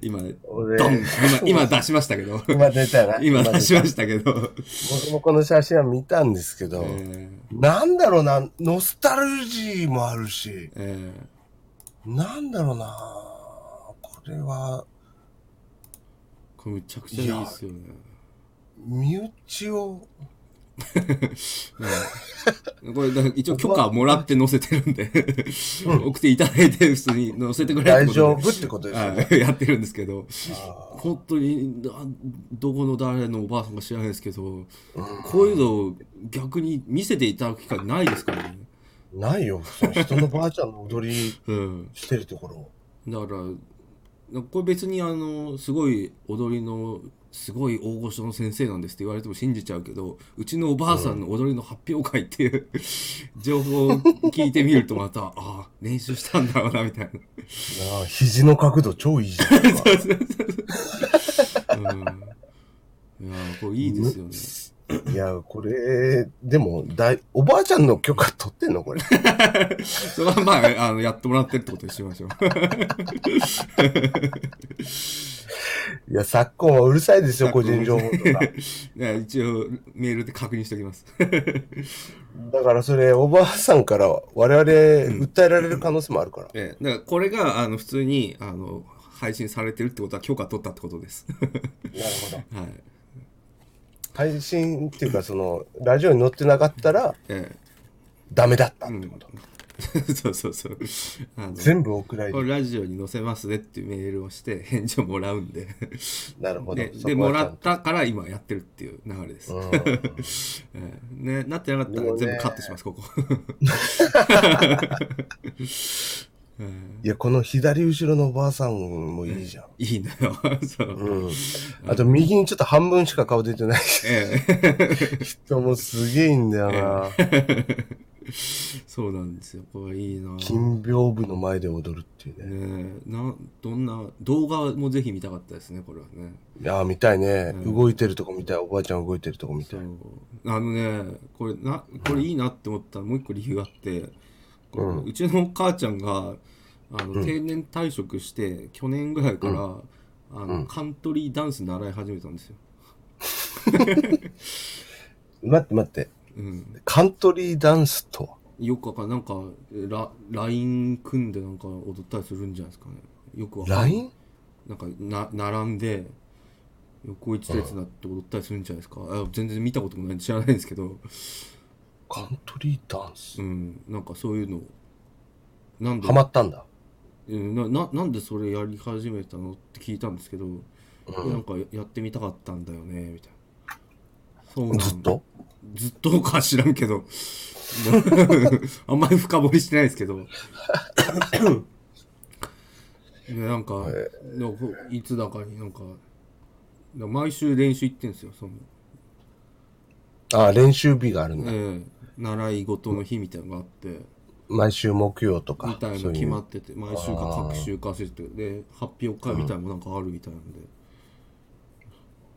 Speaker 1: 今、
Speaker 3: 俺
Speaker 1: ドン今、今出しましたけど。
Speaker 3: ます。今出たよな。
Speaker 1: 今出
Speaker 3: 出
Speaker 1: しましたけど。
Speaker 3: 僕もこの写真は見たんですけど、
Speaker 1: えー
Speaker 3: なんだろうな、ノスタルジーもあるし、
Speaker 1: えー
Speaker 3: なんだろうな、これは、
Speaker 1: これむちゃくちゃいいですよね。
Speaker 3: 身内を
Speaker 1: うんこれ、だから一応許可もらって載せてるんで、送っていただいて、普通に載せてくれ
Speaker 3: 大
Speaker 1: ってこと
Speaker 3: 丈
Speaker 1: で
Speaker 3: 夫ってことですよね。
Speaker 1: はい やってるんですけど、本当になどこの誰のおばあさんか知らないですけど、こういうのを逆に見せていただく機会ないですからね。
Speaker 3: ないよ。その人のばあちゃんの踊り
Speaker 1: うん、
Speaker 3: してるところ。
Speaker 1: だから、これ別にあの、すごい踊りの、すごい大御所の先生なんですって言われても信じちゃうけど、うちのおばあさんの踊りの発表会っていう 情報を聞いてみるとまた、ああ、練習したんだろうな、みたいな。
Speaker 3: なあ肘の角度超いいじゃん。
Speaker 1: うん、いやー、これいいですよ ね。
Speaker 3: いや、これ、でも、だい、おばあちゃんの許可取ってんのこれ。
Speaker 1: それはまあ、あの、やってもらってるってことにしましょう。
Speaker 3: いや、昨今はうるさいですよ、個人情報とか。
Speaker 1: いや一応、メールで確認しておき ます。
Speaker 3: だからそれ、おばあさんから我々訴えられる可能性もあるから。
Speaker 1: ええ、だからこれが、あの、普通に、あの、配信されてるってことは許可取ったってことです。
Speaker 3: なるほど。
Speaker 1: はい。
Speaker 3: 配信っていうか、その、ラジオに載ってなかったら、
Speaker 1: え
Speaker 3: ダメだったっ
Speaker 1: え、う
Speaker 3: て
Speaker 1: ん
Speaker 3: こと。。
Speaker 1: そうそうそう。あの、
Speaker 3: 全部お蔵
Speaker 1: こ
Speaker 3: 入り。
Speaker 1: れラジオに載せますねっていうメールをして、返事をもらうんで。
Speaker 3: なるほど。
Speaker 1: で、
Speaker 3: そ
Speaker 1: で
Speaker 3: こ
Speaker 1: も
Speaker 3: は
Speaker 1: らったから今やってるっていう流れです。
Speaker 3: ちゃんと。うん
Speaker 1: ええね、なってなかったら
Speaker 3: でもね
Speaker 1: 全部カットします、ここ。
Speaker 3: いや、この左後ろのおばあさんもいいじゃん。
Speaker 1: いいのよ。 そう。
Speaker 3: うん。あと、右にちょっと半分しか顔出てない
Speaker 1: え
Speaker 3: 人もすげえいいんだよな。
Speaker 1: え、そうなんですよ。これいいな。
Speaker 3: 金屏風の前で踊るっていうね。
Speaker 1: ねえなどんな動画もぜひ見たかったですねこれはね
Speaker 3: いやー、見たいね。動いてるとこ見たい。おばあちゃん動いてるとこ見
Speaker 1: そ
Speaker 3: たい。
Speaker 1: うあのねこれなこれいいなって思ったのもう一個理由があって、こううちの母ちゃんがあの定年退職して去年ぐらいから、あのカントリーダンス習い始めたんですよ、
Speaker 3: 待って待って。
Speaker 1: うん、
Speaker 3: カントリーダンスとは
Speaker 1: よくわかんなんかラ LINE 組んでなんか踊ったりするんじゃないですかねよくわかんない
Speaker 3: ?LINE?
Speaker 1: なんかな並んで横一列になって踊ったりするんじゃないですか、あ全然見たこともないんで知らないんですけど、
Speaker 3: カントリーダンス
Speaker 1: うん、なんかそういうのなんで
Speaker 3: ハマったんだ。
Speaker 1: うんなななんでそれやり始めたのって聞いたんですけど、いやなんかやってみたかったんだよねみたいなそうなんだ
Speaker 3: ずっと
Speaker 1: ずっとか知らんけど あんまり深掘りしてないですけ どいやなんか、なんかいつだかになんかなんか毎週練習行ってんですよその、
Speaker 3: ああ、練習日があるんだ。
Speaker 1: ええ習い事の日みたいなのがあって、
Speaker 3: 毎週木曜と
Speaker 1: み
Speaker 3: か。
Speaker 1: たいな
Speaker 3: そ
Speaker 1: の
Speaker 3: う
Speaker 1: 決
Speaker 3: い
Speaker 1: ま
Speaker 3: う。
Speaker 1: ってて毎週か各週かせてで発表会みたいなのもなんかあるみたいなんで、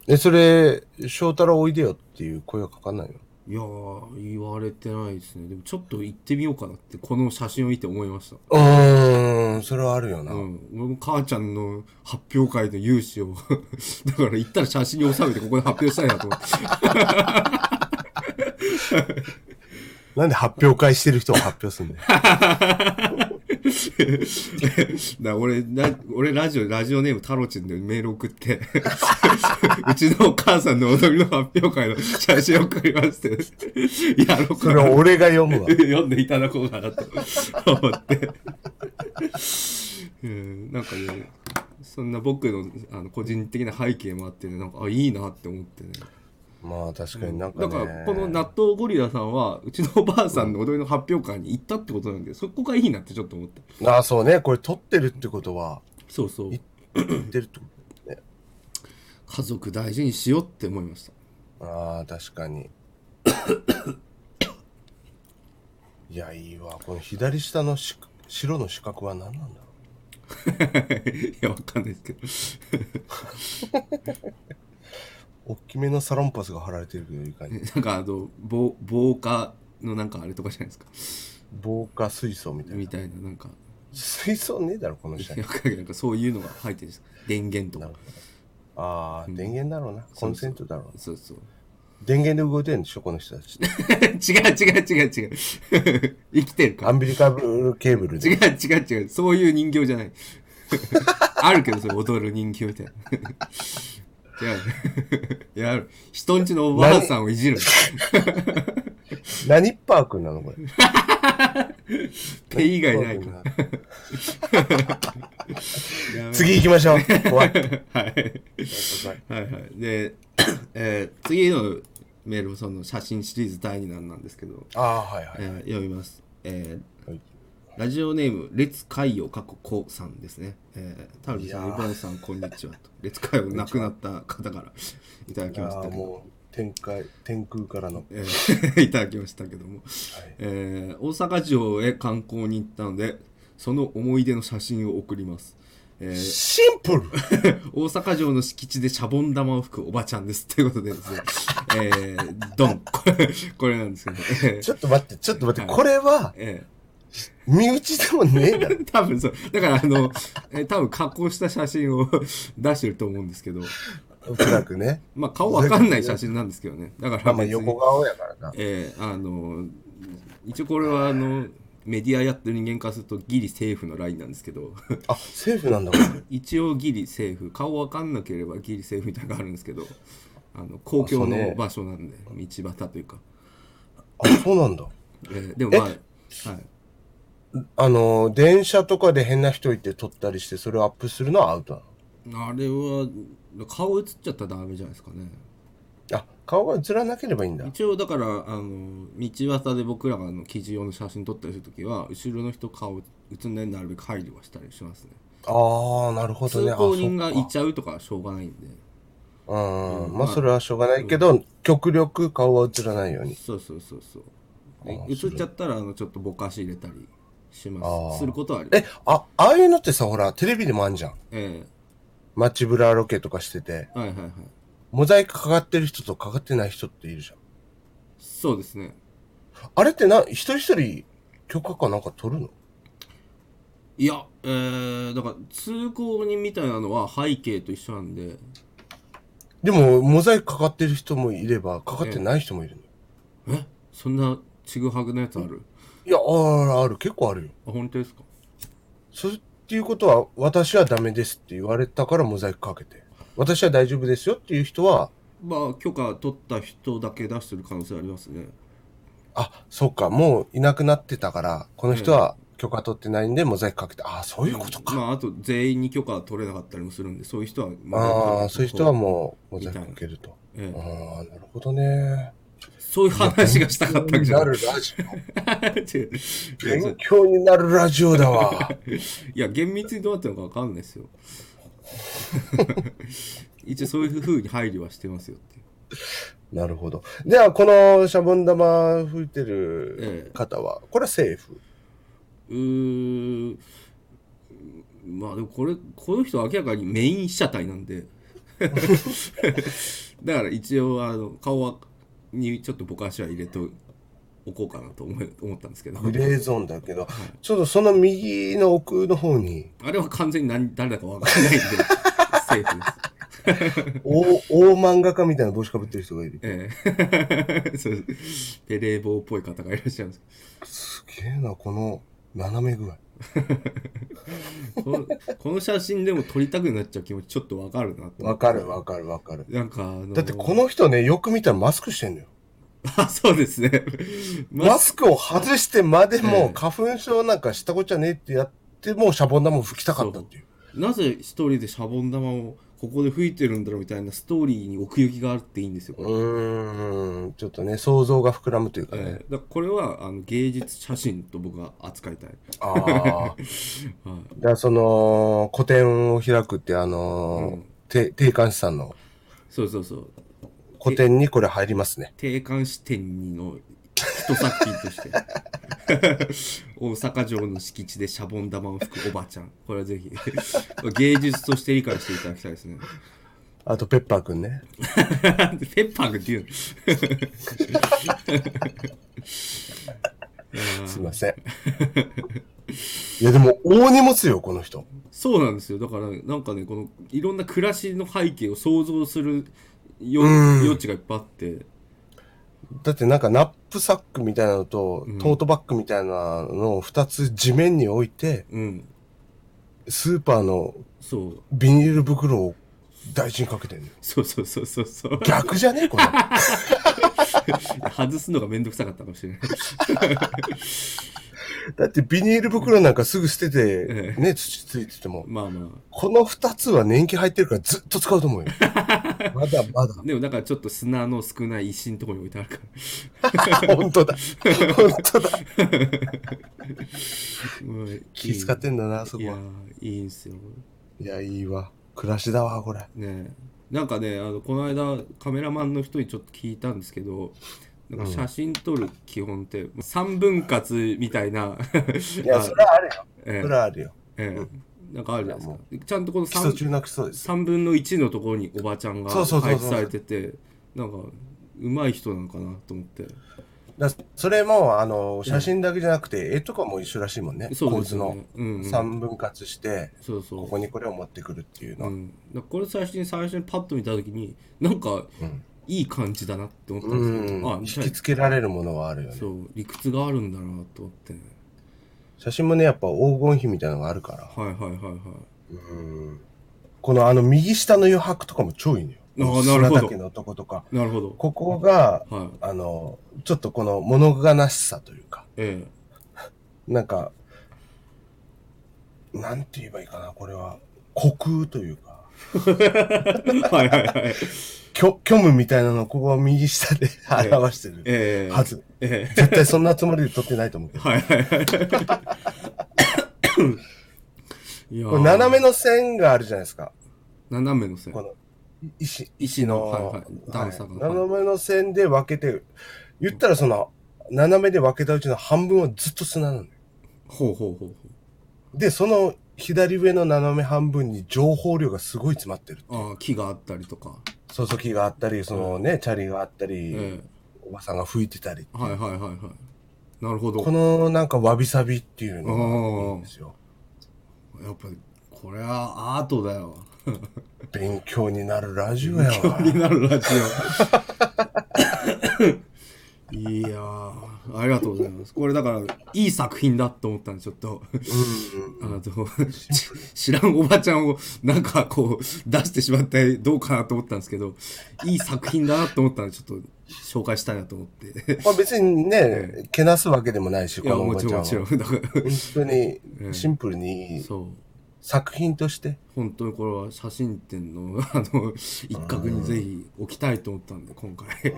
Speaker 3: え、それ、翔太郎おいでよっていう声はかかんないの
Speaker 1: いやー言われてないですねでもちょっと行ってみようかなってこの写真を見て思いました
Speaker 3: うーん、それはあるよな。
Speaker 1: うん、俺も母ちゃんの発表会の勇姿を だから行ったら写真に収めてここで発表したいなと思って
Speaker 3: なんで発表会してる人を発表すん だよ。
Speaker 1: だから俺な俺ラジオラジオネームタロチンでメール送って うちのお母さんの踊りの発表会の写真送りまして やろう
Speaker 3: そ
Speaker 1: か
Speaker 3: れ
Speaker 1: な
Speaker 3: は俺が読むわ。
Speaker 1: 読んでいただこうかなと思って、 うん、なんかねそんな僕のあの個人的な背景もあってねなんかあいいなって思ってね
Speaker 3: まあ確かになん
Speaker 1: だ
Speaker 3: かね。
Speaker 1: からこの納豆ゴリラさんはうちのおばあさんの踊りの発表会に行ったってことなんでそこがいいなってちょっと思った
Speaker 3: ああ、そうね。これ撮ってるってことは、
Speaker 1: そうそう
Speaker 3: 撮ってるってことだよね。
Speaker 1: 家族大事にしようって思いました
Speaker 3: ああ、確かに。 いや、いいわ。この左下のし白の四角は何なんだろ
Speaker 1: いやわかんないですけど
Speaker 3: う。大きめのサロンパスが貼られてるけど、いか
Speaker 1: な
Speaker 3: に。
Speaker 1: んかあの防防火のなんかあれとかじゃないですか
Speaker 3: 防火水槽みたいな
Speaker 1: み。たいななんか
Speaker 3: 水槽ねえだろ、この下
Speaker 1: い
Speaker 3: に
Speaker 1: や。なんかそういうのが入ってるんです電源とか
Speaker 3: ああ、電源だろうな。コンセントだろうな。
Speaker 1: そうそう
Speaker 3: 電源で動いてるんでしょ、この人たち。
Speaker 1: 違う違う違う違う 生きてるか
Speaker 3: アンビリカブルケーブル
Speaker 1: 違う
Speaker 3: で。
Speaker 1: 違う違う そういう人形じゃないあるけどそれ踊る人形みたいな 違う。 やる。人んちのおばあさんをい じる。
Speaker 3: 何パークなのこれ。
Speaker 1: ペ以外ないから。やめろ
Speaker 3: 次行きましょう。怖い。
Speaker 1: はい。はいはい。で、 えー次のメールもその写真シリーズ第2弾なんですけど、
Speaker 3: ああ、はいはい。
Speaker 1: えー読みます。えー
Speaker 3: はい
Speaker 1: ラジオネーム、列海洋過去こさんですね。えー、タルジさ
Speaker 3: い
Speaker 1: ん、
Speaker 3: やー
Speaker 1: イバンさん、こんにちはと。 列海洋亡くなった方からいただきまし
Speaker 3: あ
Speaker 1: たけ
Speaker 3: あ、
Speaker 1: ど。
Speaker 3: もう、天界、天空からの。
Speaker 1: えー いただきましたけども、
Speaker 3: い
Speaker 1: えー大阪城へ観光に行ったのでその思い出の写真を送ります、えー
Speaker 3: シンプル
Speaker 1: 大阪城の敷地でシャボン玉を吹くおばちゃんです。ということでですね、えー、ドン。 これ、これなんですけど、えー
Speaker 3: ちょっと待って、ちょっと待って、
Speaker 1: はい
Speaker 3: これは、
Speaker 1: え
Speaker 3: 身内でもねえだろ。
Speaker 1: ー、多分そう、だからあの、えー、多分加工した写真を 出してると思うんですけど、
Speaker 3: おそらくね。
Speaker 1: まあ顔わかんない写真なんですけどね。だから
Speaker 3: まあまあ
Speaker 1: 別に、
Speaker 3: 横顔やからな。
Speaker 1: えー、あの、一応これはあの、メディアやってる人間からするとギリセーフのラインなんですけど、
Speaker 3: あ、セーフなんだこれ。
Speaker 1: 一応ギリセーフ、顔わかんなければギリセーフみたいなのがあるんですけど、あの公共
Speaker 3: あそうね
Speaker 1: の場所なんで、道端というか。
Speaker 3: あ、そうなんだ。
Speaker 1: えーでもまあ、はい、
Speaker 3: あの、電車とかで変な人いて撮ったりして、それをアップするのはアウトなの。
Speaker 1: あれは顔映っちゃったらダメじゃないですかね
Speaker 3: あ、顔が映らなければいいんだ。
Speaker 1: 一応だからあの道端で僕らがあの記事用の写真撮ったりするときは後ろの人顔映んないようになるべく配慮はしたりしますね
Speaker 3: ああ、なるほどね。
Speaker 1: 通
Speaker 3: あ
Speaker 1: 行人が
Speaker 3: そっ
Speaker 1: い
Speaker 3: か
Speaker 1: ちゃうとかはしょうがないんで
Speaker 3: うんうん。
Speaker 1: ま
Speaker 3: ま
Speaker 1: あ
Speaker 3: あ、それはしょうがないけど、極力顔は映らないように。
Speaker 1: そうそうそうそうで
Speaker 3: ああ
Speaker 1: 映っちゃったらあのちょっとぼかし入れたりしま
Speaker 3: ああ
Speaker 1: すすることはあり
Speaker 3: え、あ、ああいうのってさ、ほら、テレビでもあんじゃん。
Speaker 1: え
Speaker 3: 街ブラロケとかしてて、
Speaker 1: えはいはいはい
Speaker 3: モザイクかかってる人とかかってない人っているじゃん。
Speaker 1: そうですね
Speaker 3: あれってな、一人一人許可かなんか取るの
Speaker 1: いやえー、だから通行人みたいなのは背景と一緒なんで
Speaker 3: でも、モザイクかかってる人もいれば、かかってない人もいるの。
Speaker 1: えそんなちぐはぐなやつある
Speaker 3: いや、あるある、結構あるよ。
Speaker 1: あ本当ですか
Speaker 3: それっていうことは、私はダメですって言われたからモザイクかけて。私は大丈夫ですよっていう人は、
Speaker 1: まあ許可取った人だけ出してる可能性ありますね
Speaker 3: あ、そっか、もういなくなってたから、この人は許可取ってないんでモザイクかけて、ああ、そういうことか。
Speaker 1: まああと全員に許可取れなかったりもするんでそういう人はま
Speaker 3: ああ、そういう人はもうモザイクかけると。
Speaker 1: え
Speaker 3: あ
Speaker 1: え
Speaker 3: あ、なるほどね。
Speaker 1: そういう話がしたかったわけじゃ
Speaker 3: な
Speaker 1: ない
Speaker 3: るラジオ。
Speaker 1: 違う いや
Speaker 3: 勉強になるラジオだわ。
Speaker 1: いや厳密にどうなってるのかわかんないですよ 一応そういうふうに配慮はしてますよっていう
Speaker 3: なるほど。では、このシャボン玉吹いてる方は、これはセーフ。
Speaker 1: うーんまあでもこれこの人は明らかにメイン被写体なんで だから一応あの顔はにちょっとぼかしは入れておこうかなと思い思ったんですけど
Speaker 3: グレーゾーンだけど、ちょっとその右の奥の方に、
Speaker 1: あれは完全に何誰だかわからないんでセーフです。
Speaker 3: 大 大漫画家みたいな帽子かぶってる人がいる。
Speaker 1: ええ そうですペレー帽っぽい方がいらっしゃるんです
Speaker 3: すげえな、この斜め具合。
Speaker 1: けどこのこの写真でも撮りたくなっちゃう気持ちちょっとわかるなと
Speaker 3: わかるわかるわかる。
Speaker 1: なんかあの
Speaker 3: だってこの人ね、よく見たらマスクしてんのよ。
Speaker 1: あ そうです ね
Speaker 3: マスクを外してまで
Speaker 1: え
Speaker 3: も
Speaker 1: え
Speaker 3: 花粉症なんかしたこっちゃねえってやってもシャボン玉吹きたかったっていう。
Speaker 1: なぜ一人でシャボン玉をここで吹いてるんだろうみたいなストーリーに奥行きがあるっていいんですよ、こ
Speaker 3: う
Speaker 1: れ
Speaker 3: ーん、ちょっとね、想像が膨らむというか
Speaker 1: え
Speaker 3: ね。
Speaker 1: えだからこれはあの芸術写真と僕は扱いたい、
Speaker 3: ああ。
Speaker 1: はい
Speaker 3: だからその、個展を開くって、あ
Speaker 1: う
Speaker 3: の
Speaker 1: ん
Speaker 3: ーて定冠師さんの
Speaker 1: そうそうそう
Speaker 3: 個展にこれ入りますね。
Speaker 1: 定冠視点2の一作品として 大阪城の敷地でシャボン玉を吹くおばちゃんこれはぜひ芸術として理解していただきたいですね
Speaker 3: あと、ペッパーくんね。
Speaker 1: ペッパーくんって言う の
Speaker 3: すいません。いや、でも、大荷物よ、この人。
Speaker 1: そうなんですよだからなんかねこのいろんな暮らしの背景を想像するよ
Speaker 3: うん
Speaker 1: 余地がいっぱいあって
Speaker 3: だってなんか、ナップサックみたいなのと
Speaker 1: うん、
Speaker 3: トートバッグみたいなのを二つ地面に置いて、
Speaker 1: うん
Speaker 3: スーパーの
Speaker 1: そう
Speaker 3: ビニール袋を大事にかけてんのよ。
Speaker 1: そうそうそうそうそう。
Speaker 3: 逆じゃねえこれ。
Speaker 1: 外すのがめんどくさかったかもしれない。
Speaker 3: だってビニール袋なんかすぐ捨て
Speaker 1: え
Speaker 3: て、ね、土ついてても。
Speaker 1: まあま
Speaker 3: この二つは年季入ってるからずっと使うと思 うよ。まだまだ
Speaker 1: あ。。でもだからちょっと砂の少ない石のところに置いてある から。
Speaker 3: 本当だ。本当だ。
Speaker 1: うん
Speaker 3: 気使ってんだな、そ
Speaker 1: い
Speaker 3: こ
Speaker 1: や
Speaker 3: は。
Speaker 1: いいんすよ
Speaker 3: いや、いいわ。暮らしだわ、これ。
Speaker 1: ねなんかねあのこの間カメラマンの人にちょっと聞いたんですけどなんか写真撮る基本って三分割みたいな
Speaker 3: いや、
Speaker 1: あ
Speaker 3: それはあるよ。
Speaker 1: ええ
Speaker 3: それはあるよ。
Speaker 1: ええなんかあるじゃない
Speaker 3: いや
Speaker 1: ですかちゃんとこの
Speaker 3: 基礎
Speaker 1: 3,
Speaker 3: 中の基礎です。
Speaker 1: 3分の1のところにおばちゃんが
Speaker 3: そうそうそう
Speaker 1: 配
Speaker 3: そう
Speaker 1: 置されててなんか上手い人なのかなと思って
Speaker 3: だそれも、あの、写真だけじゃなくて、絵とかも一緒らしいもんね。
Speaker 1: そう
Speaker 3: 構
Speaker 1: です
Speaker 3: 図
Speaker 1: よ
Speaker 3: の
Speaker 1: ねうんうん
Speaker 3: 三分割して、
Speaker 1: そうそう
Speaker 3: ここにこれを持ってくるっていうの
Speaker 1: う
Speaker 3: は。
Speaker 1: ん、だからこれ最初に最初にパッと見た時になんか
Speaker 3: うん
Speaker 1: いい感じだなって思ったんですけど、
Speaker 3: うん。引
Speaker 1: じゃあ
Speaker 3: きつけられるものはあるよね。
Speaker 1: そう理屈があるんだなと思って
Speaker 3: 写真もね、やっぱ黄金比みたいなのがあるから。
Speaker 1: はいはいはいはい
Speaker 3: うんこのあの右下の余白とかも超いいのよ。
Speaker 1: あーなるほど
Speaker 3: 砂だけのとことか。
Speaker 1: なるほど
Speaker 3: ここが、
Speaker 1: はい
Speaker 3: あの、ちょっとこの物悲しさというか、
Speaker 1: え
Speaker 3: なんか、なんて言えばいいかな、これは。虚空というか、
Speaker 1: え はいはいはい
Speaker 3: 虚虚無みたいなのをここは右下で表してる
Speaker 1: ええ
Speaker 3: はず。
Speaker 1: ええ
Speaker 3: 絶対そんなつもりで撮ってないと思うけど。
Speaker 1: はいはいはいいやー
Speaker 3: これ斜めの線があるじゃないですか。
Speaker 1: 斜めの線
Speaker 3: この石、
Speaker 1: 石のはい
Speaker 3: は
Speaker 1: はいい段差が、はい
Speaker 3: 斜めの線で分けて、言ったらその、斜めで分けたうちの半分はずっと砂なのよ。
Speaker 1: ほうほうほうほう
Speaker 3: で、その左上の斜め半分に情報量がすごい詰まってる。
Speaker 1: ああ木があったりとか
Speaker 3: そそきがあったり、そのね、チャリがあったり、
Speaker 1: え
Speaker 3: おばさんが吹いてたり。
Speaker 1: えはいはいはいはいなるほど
Speaker 3: このなんかわびさびっていうのがいいんですよ。
Speaker 1: やっぱりこれはアートだよ
Speaker 3: 勉強になるラジオや わ。
Speaker 1: になるラジオいやーありがとうございますこれだからいい作品だと思ったんでちょっと あの ち知らんおばちゃんをなんかこう出してしまってどうかなと思ったんですけどいい作品だなと思ったんでちょっと紹介したいなと思って
Speaker 3: まあ別にね、けなすわけでも ないし、
Speaker 1: い
Speaker 3: こ
Speaker 1: や
Speaker 3: のお
Speaker 1: も
Speaker 3: ば
Speaker 1: ちろ
Speaker 3: ちゃ
Speaker 1: んも
Speaker 3: んは。
Speaker 1: ちろん
Speaker 3: 本
Speaker 1: だから
Speaker 3: 当にシンプルにいい
Speaker 1: そう
Speaker 3: 作品として。
Speaker 1: 本当にこれは写真展のあの一角にぜひ置きたいと思ったんで今回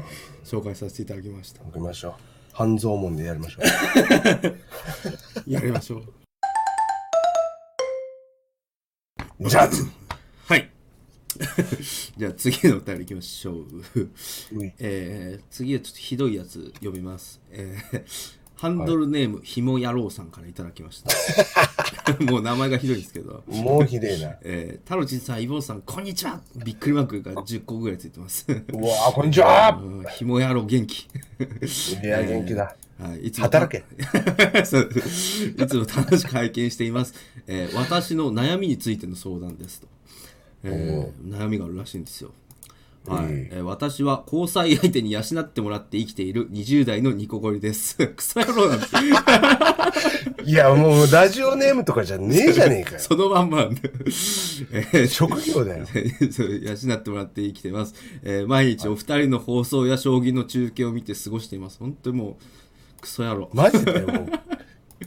Speaker 1: 紹介させていただきました
Speaker 3: 行きましょう。半蔵門でやりましょう。
Speaker 1: やりましょう
Speaker 3: じゃあ次、
Speaker 1: はい じゃあ次のお便りいきましょう
Speaker 3: うい
Speaker 1: えー次はちょっとひどいやつ読みます、えーハンドルネームひもやろうさんからいただきましたもう名前がひどいんですけど
Speaker 3: もうひでえな。
Speaker 1: えー、タロチンさん、イボンさん、こんにちはびっくりマークが10個ぐらいついてます。
Speaker 3: うわーこんにちは
Speaker 1: うんひもやろう元気。
Speaker 3: いや、元気だ。
Speaker 1: はい、いつも
Speaker 3: 働け。
Speaker 1: そういつも楽しく拝見しています、えー私の悩みについての相談ですと、えー悩みがあるらしいんですよはい、えー私は交際相手に養ってもらって生きている20代のニコゴリです クソ野郎なんです
Speaker 3: いや、もうラジオネームとかじゃねえじゃねえかよ。
Speaker 1: そのまんまなんで、え ー
Speaker 3: 職業だよ。
Speaker 1: そう養ってもらって生きてます、えー毎日お二人の放送や将棋の中継を見て過ごしています本当にもうクソ野郎
Speaker 3: マジでも う。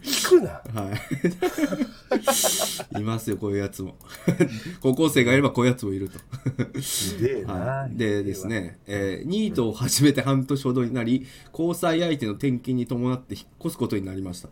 Speaker 3: 聞くな。
Speaker 1: はい。いますよ、こういうやつも。 高校生がいればこういうやつもいると。
Speaker 3: ひでえな
Speaker 1: は。い、でです。ね、えーニートを始めて半年ほどになり、交際相手の転勤に伴って引っ越すことになりました。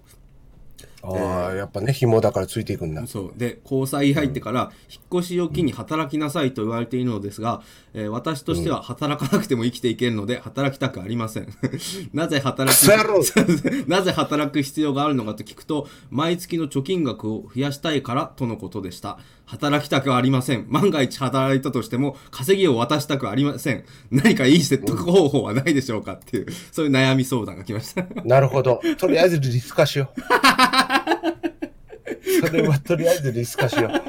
Speaker 3: ああ、やっぱね、紐だからついていくんだ。
Speaker 1: そうで交際入ってから引っ越しを機に働きなさいと言われているのですが、えー私としては働かなくても生きていけるので働きたくありません なぜ働
Speaker 3: クソ野郎
Speaker 1: く なぜ働く必要があるのかと聞くと毎月の貯金額を増やしたいからとのことでした働きたくはありません万が一働いたとしても稼ぎを渡したくありません何かいい説得方法はないでしょうかっていうそういう悩み相談が来ました
Speaker 3: なるほど。とりあえずリスカしよう。それはとりあえずリスカしよう。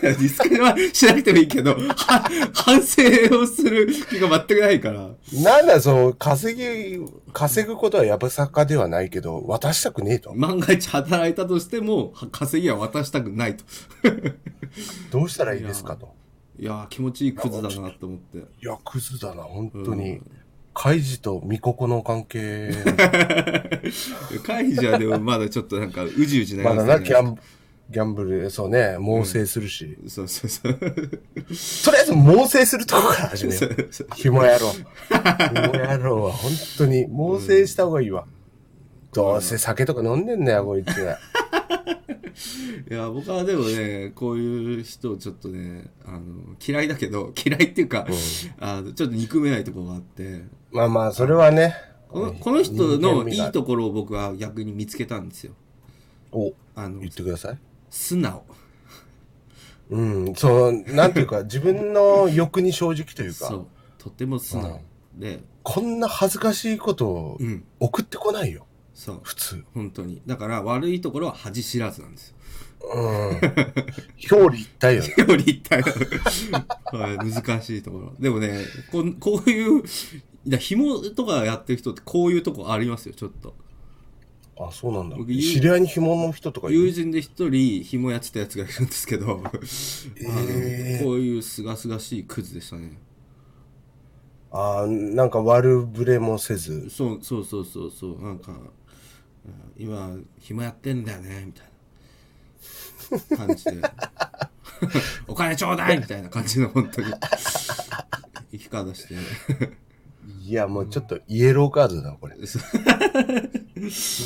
Speaker 1: ディスクはしなくてもいいけどは反省をする気が全くないから
Speaker 3: なんだ、その、稼ぎ、稼ぐことはやぶさかではないけど、渡したくねえと。
Speaker 1: 万が一働いたとしてもは稼ぎは渡したくないと
Speaker 3: どうしたらいいですかと。
Speaker 1: いやー気持ちいいクズだなと思って
Speaker 3: いや、クズだな、本当
Speaker 1: う
Speaker 3: に
Speaker 1: ん。
Speaker 3: カイジとミココの関係、
Speaker 1: 会議じゃでもまだちょっとなんかうじうじな
Speaker 3: ま
Speaker 1: り
Speaker 3: だ
Speaker 1: ますね
Speaker 3: な、ギャンギャンブル、そうね、猛省するし。
Speaker 1: そうそうそう
Speaker 3: とりあえず猛省するとこから始めよ。
Speaker 1: そううそう
Speaker 3: 紐野郎。紐野郎は本当に猛省した方がいいわ。どうせ酒とか飲んでんだよ、こいつが。
Speaker 1: いや僕はでもねこういう人をちょっとねあの嫌いだけど嫌いっていうか、あのちょっと憎めないところがあって
Speaker 3: まあまあ、それはね。
Speaker 1: このこの人のいい
Speaker 3: こ。
Speaker 1: ところを僕は逆に見つけたんですよ
Speaker 3: お、
Speaker 1: あの
Speaker 3: 言ってください。
Speaker 1: 素直
Speaker 3: うん、そう、なんていうか、自分の欲に正直という
Speaker 1: そ
Speaker 3: か、
Speaker 1: うとても素直、で
Speaker 3: こんな恥ずかしいことを
Speaker 1: うん
Speaker 3: 送ってこないよ、
Speaker 1: そう
Speaker 3: 普通。
Speaker 1: 本当にだから悪いところは恥知らずなんですよ
Speaker 3: うん。表裏一 体よね。
Speaker 1: 料理一体、 はい、難しいところでもねこんこういういや紐とかやってる人ってこういうとこありますよちょっと
Speaker 3: あ、そうなんだ。
Speaker 1: 僕言う
Speaker 3: 知り合いに紐の人とかい
Speaker 1: 友
Speaker 3: る。
Speaker 1: 人で一人紐やってたやつがいるんですけど、 あのこういうすがすがしいクズでしたね
Speaker 3: あーなんか悪ぶれもせず。
Speaker 1: そうそうそうそうそうなんかうん今暇やってんだよねみたいな感じ でお金ちょうだいみたいな感じの本当に生き方して
Speaker 3: いや、もうちょっとイエローカードだな、これ。
Speaker 1: そ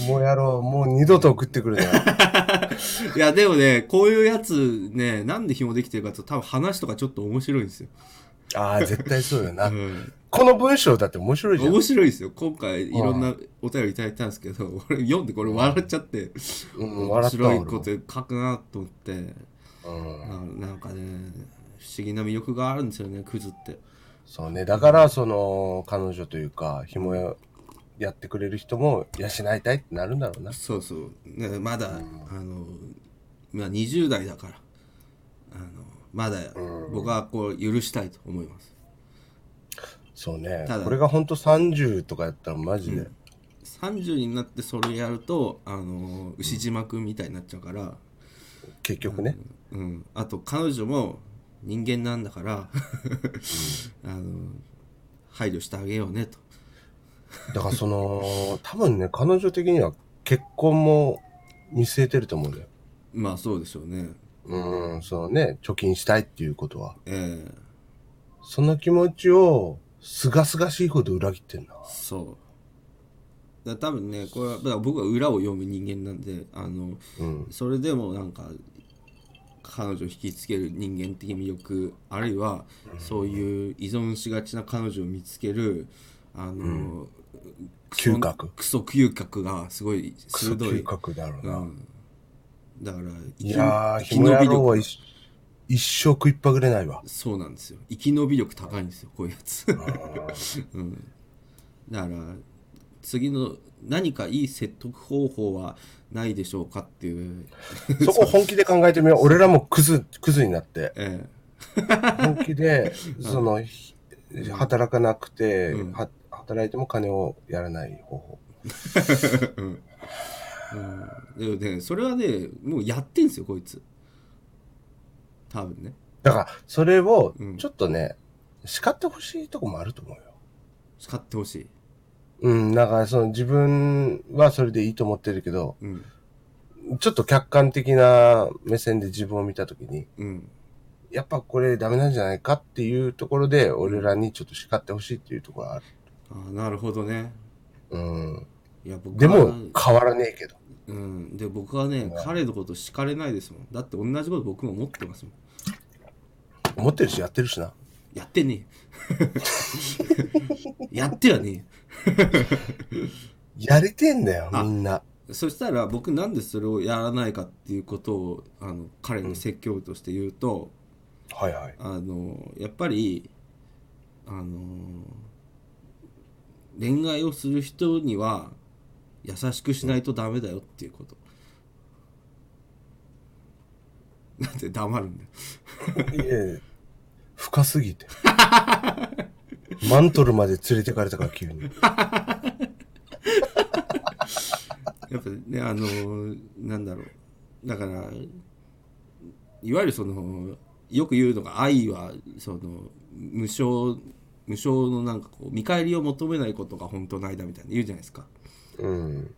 Speaker 3: もうやろう。もう二度と送ってく るな。
Speaker 1: いやでもねこういうやつねなんで紐できてるかと多分話とかちょっと面白いんですよ、
Speaker 3: ああ、絶対そうよな
Speaker 1: う。ん、
Speaker 3: この文章だって面白いじゃん。
Speaker 1: 面白いですよ今回いろんなお便りいただいたんですけど俺読んでこれ笑っちゃって
Speaker 3: うん、
Speaker 1: 面
Speaker 3: 笑ったわ
Speaker 1: 白
Speaker 3: 俺
Speaker 1: い
Speaker 3: も
Speaker 1: こと書くなと思って
Speaker 3: うん。
Speaker 1: あなんかね不思議な魅力があるんですよねクズって
Speaker 3: そうね。だから、その、彼女というか、紐ややってくれる人も養いたいってなるんだろうな。
Speaker 1: そうそう、ね、まだ、あの、まあ、20代だからあのまだ僕はこう許したいと思います
Speaker 3: そうね
Speaker 1: ただ。
Speaker 3: これが本当30とかやったらマジで。
Speaker 1: 30になってそれやるとあの牛島君みたいになっちゃうから、
Speaker 3: 結局ね。
Speaker 1: うん、あと彼女も人間なんだから、 あの配慮してあげようねと
Speaker 3: だからその、多分ね、彼女的には結婚も見据えてると思うんだよ。
Speaker 1: まあそうでしょうね
Speaker 3: うん、そのね、貯金したいっていうことは。
Speaker 1: ええ
Speaker 3: その気持ちを、すがすがしいほど裏切ってんな。
Speaker 1: そうだから多分ねこれはだから僕は裏を読む人間なんであの
Speaker 3: うん。
Speaker 1: それでもなんか彼女を引きつける人間的魅力あるいはそういう依存しがちな彼女を見つけるあの、クソ
Speaker 3: 嗅覚
Speaker 1: クソ嗅覚がすごい
Speaker 3: クソ
Speaker 1: 鋭い
Speaker 3: 嗅覚だろう
Speaker 1: う
Speaker 3: な。
Speaker 1: ん、だから生
Speaker 3: いやー、
Speaker 1: 生き
Speaker 3: 紐
Speaker 1: 延
Speaker 3: 野
Speaker 1: び
Speaker 3: 郎は
Speaker 1: 力
Speaker 3: 一一生食いっぱぐれないわ。
Speaker 1: そうなんですよ生き延び力高いんですよこういうや つ、うん、だから次の何かいい説得方法はないでしょうかっていう、
Speaker 3: そこ本気で考えてみよう。俺らもクズ、クズになって。
Speaker 1: え
Speaker 3: 本気で、その、ひ働かなくて、
Speaker 1: うん
Speaker 3: は働いても金をやらない方法。
Speaker 1: えうんうん、でもねそれはねもうやってんすよこいつ多分ね
Speaker 3: だから、それを
Speaker 1: うん、
Speaker 3: ちょっとね、叱ってほしいとこもあると思うよ。
Speaker 1: 使ってほしい、
Speaker 3: うん、だから、その自分はそれでいいと思ってるけど、
Speaker 1: うん
Speaker 3: ちょっと客観的な目線で自分を見たときに、
Speaker 1: うん、
Speaker 3: やっぱこれダメなんじゃないかっていうところで、俺らにちょっと叱ってほしいっていうところはある。
Speaker 1: あーなるほどね
Speaker 3: うん。
Speaker 1: いや僕は
Speaker 3: でも、変わらねえけど。
Speaker 1: うん、で僕はね、彼のこと叱れないですもんだって同じこと僕も思ってますもん
Speaker 3: 思ってるし、やってるしな。
Speaker 1: やってねえ やってはね
Speaker 3: やれてんだよ、みんな。
Speaker 1: えそしたら僕なんでそれをやらないかっていうことをあの彼の説教として言うと、
Speaker 3: はい はい。
Speaker 1: あのやっぱりあの恋愛をする人には優しくしないとダメだよっていうこと、なんで黙るんだよ
Speaker 3: いやいや深す ぎて。マントルまで連れてかれたから、急に。
Speaker 1: やっぱねあのなんだろうだからいわゆるそのよく言うのが愛はその無償無償のなんかこう見返りを求めないことが本当の愛だみたいな言うじゃないですか
Speaker 3: うん。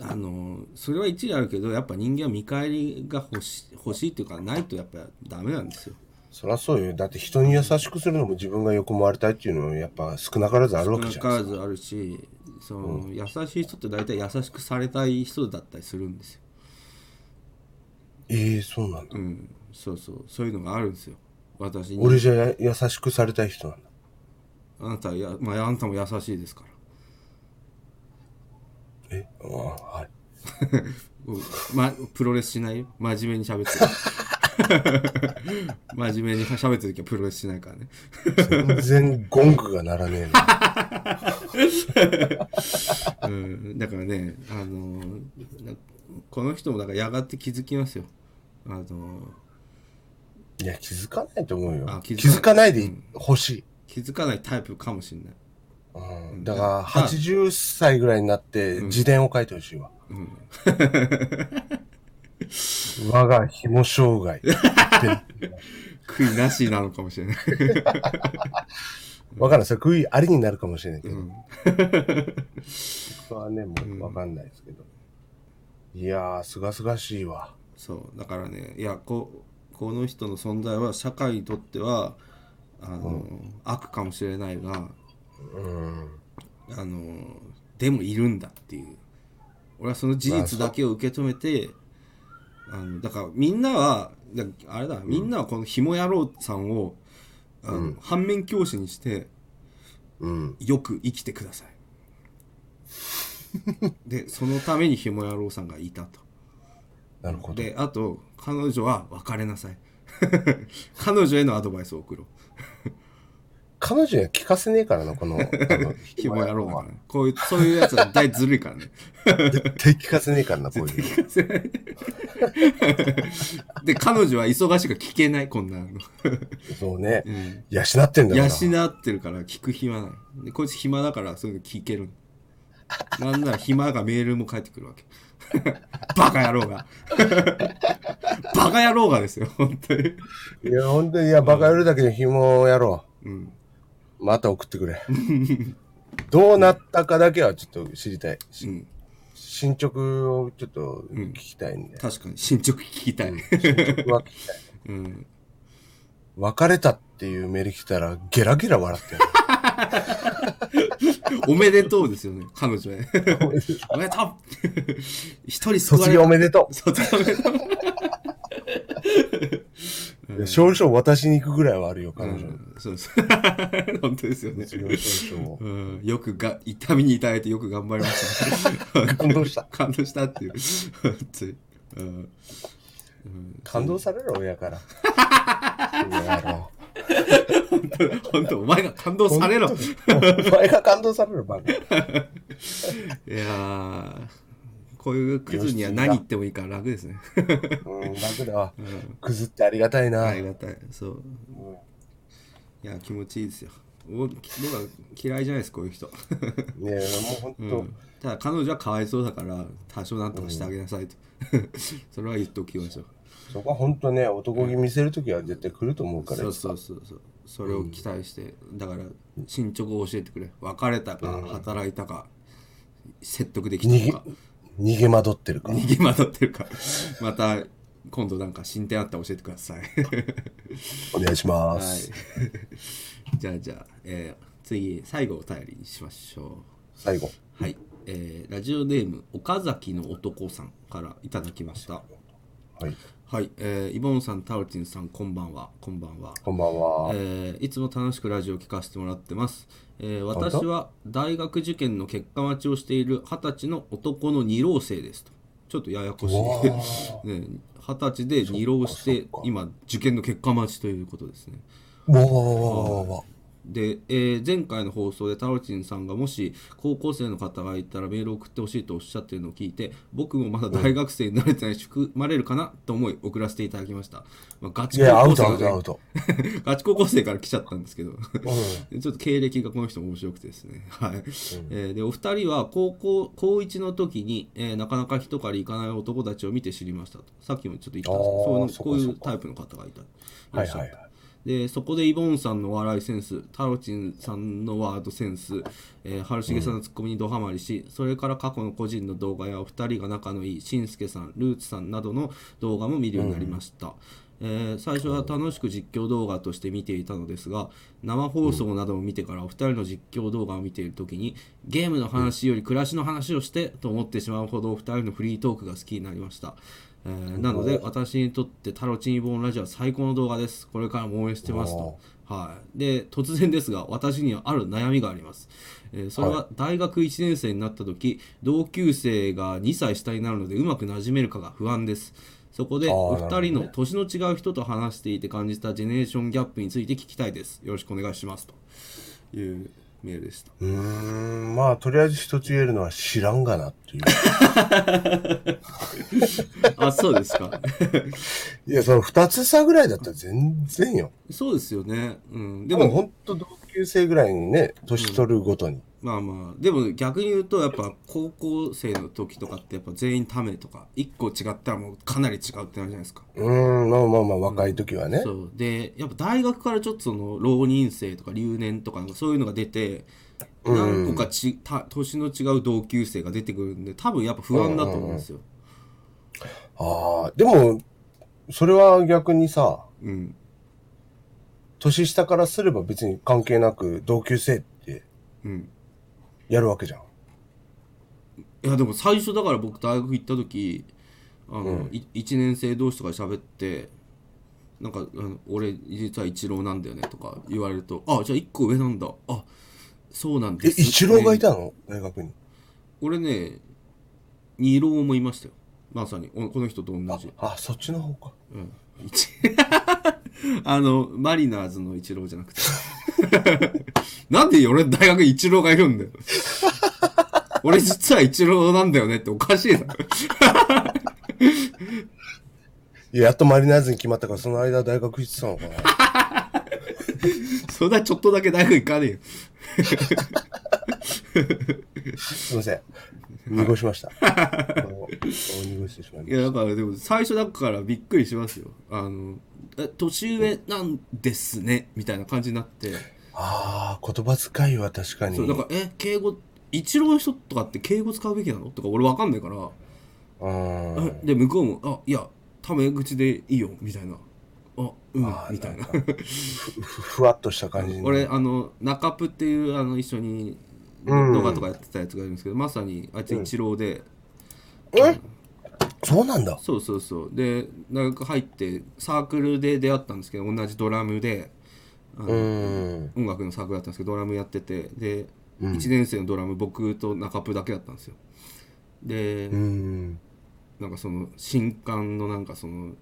Speaker 1: あのそれは一理あるけどやっぱ人間は見返りが欲し欲しいっていうかないとやっぱダメなんですよ
Speaker 3: そりゃそうよ。だって人に優しくするのも自分が横回りたいっていうのはやっぱ少なからずあるわけじ
Speaker 1: 少
Speaker 3: ゃ
Speaker 1: な
Speaker 3: ない
Speaker 1: から
Speaker 3: ですか。
Speaker 1: ずあるしその、優しい人って大体優しくされたい人だったりするんですよ
Speaker 3: ええそうなんだ。
Speaker 1: うんそうそうそういうのがあるんですよ私に
Speaker 3: 俺じゃや優しくされたい人なんだ。
Speaker 1: あなたはや、まあ、あなたも優しいですから
Speaker 3: えああはい。
Speaker 1: うんま、プロレスしないよ真面目に喋ってる 真面目に喋ってる時はプロレスしないからね
Speaker 3: 全然ゴングが鳴 らねえな。
Speaker 1: うんだからね、あのーなこの人もだからやがて気づきますよ。あのー
Speaker 3: いや、気づかないと思うよ
Speaker 1: あ。気
Speaker 3: 気
Speaker 1: づかない
Speaker 3: づかないでほしい。
Speaker 1: 気づかないタイプかもしれない。
Speaker 3: うん、だから、
Speaker 1: だ
Speaker 3: 80歳ぐらいになって自伝を書いてほしいわ。 我が紐障 害。
Speaker 1: 悔いなしなのかもしれない。
Speaker 3: わからん。それ悔いありになるかもしれないけど。僕はね、もうわかんないですけど。いやー、すがすがしいわ。
Speaker 1: そうだからね、いやここの人の存在は社会にとってはあのー、悪かもしれないが、
Speaker 3: うん。
Speaker 1: あのーでもいるんだっていう俺はその事実だけを受け止めて、あ、のだからみんなはだあれだみんなはこのひも野郎さんを、あの反面教師にして
Speaker 3: うん。
Speaker 1: よく生きてくださいでそのためにひも野郎さんがいたと
Speaker 3: なるほど。
Speaker 1: であと彼女は別れなさい彼女へのアドバイスを送ろう
Speaker 3: 彼女には聞かせねえからな、この、あの、
Speaker 1: ひも野郎だから、ね、こういうそういうやつは大ずるいからね
Speaker 3: 絶対聞かせねえからな、こういうの。
Speaker 1: で彼女は忙しいから聞けないこんなの
Speaker 3: そうね
Speaker 1: ん。
Speaker 3: 養ってんだから。
Speaker 1: 養ってるから聞く暇ないでこいつ暇だからそういうの聞けるなんなら暇がメールも返ってくるわけ バカ野郎が バカ野郎がですよ本当に
Speaker 3: いや、本当に、いや、バカやるだけで紐やろう。
Speaker 1: うん
Speaker 3: また送っ てくれ。どうなったかだけはちょっと知りたい。し
Speaker 1: うん
Speaker 3: 進捗をちょっと聞きたいんで。
Speaker 1: 確かに進捗聞きたい、
Speaker 3: 僕は聞きたい。
Speaker 1: うん、
Speaker 3: 別れたっていうメール来たら、ゲラゲラ笑 ってる。
Speaker 1: おめでとうですよね彼女 へおめでとう一人救わ
Speaker 3: 卒
Speaker 1: れ
Speaker 3: 業お
Speaker 1: た
Speaker 3: めでと
Speaker 1: 卒業おめでとう
Speaker 3: う。いや少々渡しに行くぐらいはあるよ、彼女に。
Speaker 1: そうです。 本当ですよね。
Speaker 3: 卒業証書を
Speaker 1: うん、よくが痛みに耐えてよく頑張りました。
Speaker 3: 感動した。
Speaker 1: 感動したっていう。 本当にうん
Speaker 3: 感動される 親から。親の
Speaker 1: 本当、お前が感動されろ。い
Speaker 3: お前が感動される番組。
Speaker 1: やー、こういうクズには何言ってもいいから楽ですね。
Speaker 3: うん、楽だわ。くずってありがたいな。
Speaker 1: ありがたい。そう。いや、気持ちいいですよ。お僕は嫌いじゃないです、こういう人。
Speaker 3: ねえ、もう本
Speaker 1: た
Speaker 3: 当、
Speaker 1: だ彼女はかわいそうだから、多少なんとかしてあげなさいと。 それは言っておきましょう。
Speaker 3: そこは本当ね、男気見せるときは絶対来ると思うから
Speaker 1: そう。そうそうそうそれを期待して、だから進捗を教えてくれ別れたか働いたか、説得でき
Speaker 3: 逃
Speaker 1: た
Speaker 3: げ
Speaker 1: か、
Speaker 3: 逃げ惑ってるから。
Speaker 1: 逃げ惑ってるかまた今度なんか進展あったら教えてください
Speaker 3: お願いしま
Speaker 1: はい
Speaker 3: す。
Speaker 1: じゃあじゃあ、えー次最後お便りにしましょ
Speaker 3: 最後。
Speaker 1: うはい、えーラジオネーム岡崎の男さんからいただきました
Speaker 3: はい。
Speaker 1: はい、えーイボンさんタオルティンさんこんばんはこんばんは
Speaker 3: こんばんは。
Speaker 1: えーいつも楽しくラジオを聞かせてもらってます、えー
Speaker 3: 本当
Speaker 1: 私は大学受験の結果待ちをしている二十歳の男の二浪生ですとちょっとややこしい
Speaker 3: わ
Speaker 1: ね二十、歳で二浪して
Speaker 3: そっか
Speaker 1: 今受験の結果待ちということですね
Speaker 3: わわわわわわ。
Speaker 1: で、えー前回の放送でタロチンさんがもし高校生の方がいたらメールを送ってほしいとおっしゃってるのを聞いて僕もまだ大学生になれてないし含まれるかなと思い送らせていただきました、まあ、ガ
Speaker 3: い
Speaker 1: チ
Speaker 3: や、ア
Speaker 1: 高校生
Speaker 3: ウト、アウト、
Speaker 1: が
Speaker 3: ア
Speaker 1: ね
Speaker 3: ウト。
Speaker 1: ガチ高校生から来ちゃったんですけど
Speaker 3: う
Speaker 1: でちょっと経歴がこの人面白くてですね。 はい。えーで、お二人は高校、高1の時に、えーなかなか人から行かない男たちを見て知りましたと。さっきもちょっと言ったんですけど、
Speaker 3: あ
Speaker 1: そう
Speaker 3: ー
Speaker 1: いうのこうい
Speaker 3: そっかそっ
Speaker 1: う
Speaker 3: か
Speaker 1: タイプの方がいた。
Speaker 3: ん。はいはいはい。
Speaker 1: で、そこでイボンさんのお笑いセンス、タロチンさんのワードセンス、えー、春重さんのツッコミにドハマりし、それから過去の個人の動画やお二人が仲のいいしんすけさん、ルーツさんなどの動画も見るようになりました。えー最初は楽しく実況動画として見ていたのですが生放送などを見てからお二人の実況動画を見ている時にゲームの話より暮らしの話をしてと思ってしまうほどお二人のフリートークが好きになりました、えーなので私にとってタロチンイボーンラジオは最高の動画ですこれからも応援してますとはい、で突然ですが私にはある悩みがあります、えーそれは大学1年生になった時同級生が2歳下になるのでうまくなじめるかが不安ですそこで
Speaker 3: あー
Speaker 1: お
Speaker 3: な
Speaker 1: 二
Speaker 3: る
Speaker 1: 人の年の違う人と話していて感じたジェネレーションギャップについて聞きたいですよろしくお願いしますというメールで した
Speaker 3: うーん、まあ、とりあえず一つ言えるのは知らんがなっていう。
Speaker 1: あそうですか
Speaker 3: いや、その二つ差ぐらいだったら全然よ。
Speaker 1: そうですよねうんで
Speaker 3: でも、
Speaker 1: も
Speaker 3: ほんと同級生ぐらいにね、年取るごとに。
Speaker 1: まあまあでも逆に言うとやっぱ高校生の時とかってやっぱ全員ためとか一個違ったらもうかなり違うってなるじゃないですか
Speaker 3: うーん、まあまあまあ、若い時はね。
Speaker 1: そうでやっぱ大学からちょっとその浪人生とか留年とかなんかそういうのが出て
Speaker 3: うん
Speaker 1: 何個かちた年の違う同級生が出てくるんで多分やっぱ不安だと思うんですよ。
Speaker 3: ああ、でも、それは逆にさ、
Speaker 1: うん、
Speaker 3: 年下からすれば別に関係なく同級生って
Speaker 1: うん、
Speaker 3: やるわけじゃん。
Speaker 1: いやでも最初だから僕大学行った時あの、い1年生同士とかで喋ってなんかあの「俺実は一郎なんだよね」とか言われると「あじゃあ1個上なんだあそうなん
Speaker 3: え、
Speaker 1: です」
Speaker 3: 一郎がいたの大学に。
Speaker 1: 俺ね二郎もいましたよまさにおこの人と同じ。
Speaker 3: あ、そっちの方か。
Speaker 1: うん一あの、マリナーズの一郎じゃなくて。 なんで俺大学に一郎がいる んだよ。俺実は一郎なんだよねっておかしいな。
Speaker 3: いや、やっとマリナーズに決まったから、その間大学行ってたのか な。
Speaker 1: それなちょっとだけ大学行かねえよ。
Speaker 3: すいません。濁しました。おお濁してしまいま
Speaker 1: い
Speaker 3: し
Speaker 1: や、だからでも最初だからびっくりしますよ。あの、え年上なんですね、みたいな感じになって。
Speaker 3: た。ああ、言葉遣いは確かに。
Speaker 1: そう、だから、え、敬語、一郎の人とかって敬語使うべきなのとか俺わかんないから。
Speaker 3: うーん。
Speaker 1: で向こうも「あいやタメ口でいいよ」みたいな「あうん
Speaker 3: あ」ー
Speaker 1: みたいな
Speaker 3: ふふわっとした感じに。
Speaker 1: 俺あの中プっていうあの一緒に
Speaker 3: うん
Speaker 1: 動画とかやってたやつがいるんですけどまさにあいつ一郎で、
Speaker 3: えそうなんだ。
Speaker 1: そうそうそうで大学入ってサークルで出会ったんですけど同じドラムであの
Speaker 3: うーん。
Speaker 1: 音楽のサークルだったんですけどドラムやっててで、1年生のドラム僕と中プだけだったんですよで、
Speaker 3: うーん。
Speaker 1: なんかその新刊のなんかその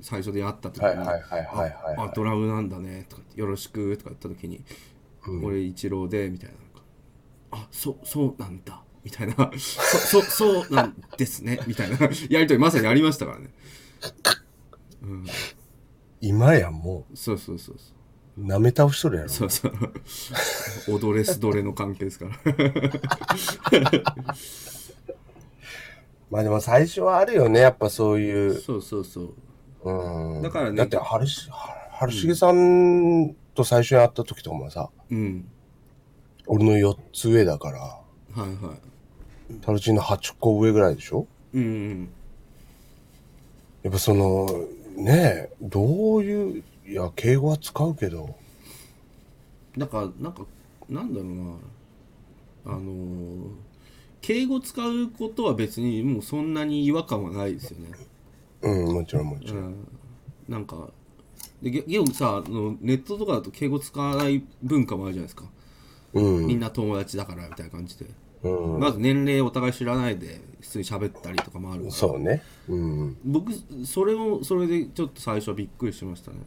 Speaker 1: 最初で会った時に
Speaker 3: はいはいはいはいはい
Speaker 1: ああドラムなんだね」とか言って「よろしく」とか言った時に「俺一郎で」みたいななんか「あそそうなんだ」みたいな 「そそそうなんですね」みたいなやりとりまさにありましたからね
Speaker 3: 今やも
Speaker 1: そうそうそう
Speaker 3: う、舐め倒しとるやろ。
Speaker 1: そうそう そう踊れすどれの関係ですから
Speaker 3: まあでも最初はあるよね、やっぱそういう。
Speaker 1: そうそうそう
Speaker 3: うん。
Speaker 1: だからね
Speaker 3: だって、春し、春重さんと最初に会った時とかもさ、
Speaker 1: うん
Speaker 3: 俺の4つ上だから、
Speaker 1: はいはい
Speaker 3: タルチンの8個上ぐらいでしょ
Speaker 1: うんうん
Speaker 3: やっぱその、ねえ、どういう、いや、敬語は使うけど、
Speaker 1: なんかなんかなんだろうなあのー敬語使うことは別にもうそんなに違和感はないですよね。
Speaker 3: うん、もちろんもちろん。
Speaker 1: うん、なんかでゲゲオさあのネットとかだと敬語使わない文化もあるじゃないですか、
Speaker 3: うん。
Speaker 1: みんな友達だからみたいな感じで、
Speaker 3: うん。
Speaker 1: まず年齢お互い知らないで普通に喋ったりとかもあるから
Speaker 3: そうね。うん。
Speaker 1: 僕それもそれでちょっと最初はびっくりしましたね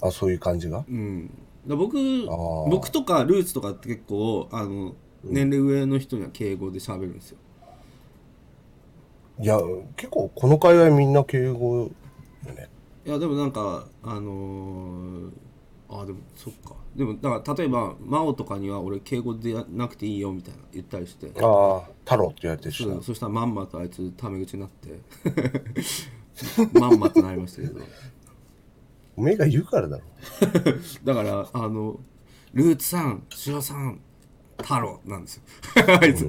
Speaker 3: あ、そういう感じが
Speaker 1: うんら僕
Speaker 3: ー
Speaker 1: 僕とかルーツとかって結構あの年齢上の人には敬語で喋るんですよ
Speaker 3: いや、結構この界隈みんな敬語よね。
Speaker 1: いやでもなんかあのー、あでもそっかでもだから例えば真央とかには俺敬語でやなくていいよみたいな言ったりして
Speaker 3: ああ、太郎って言われてるし
Speaker 1: そ
Speaker 3: な
Speaker 1: うそしたらまんまとあいつタメ口になって まんまとなりましたけど
Speaker 3: おめえが言うからだろ。
Speaker 1: だからあのルーツさん白さん太郎なんですよ あいつ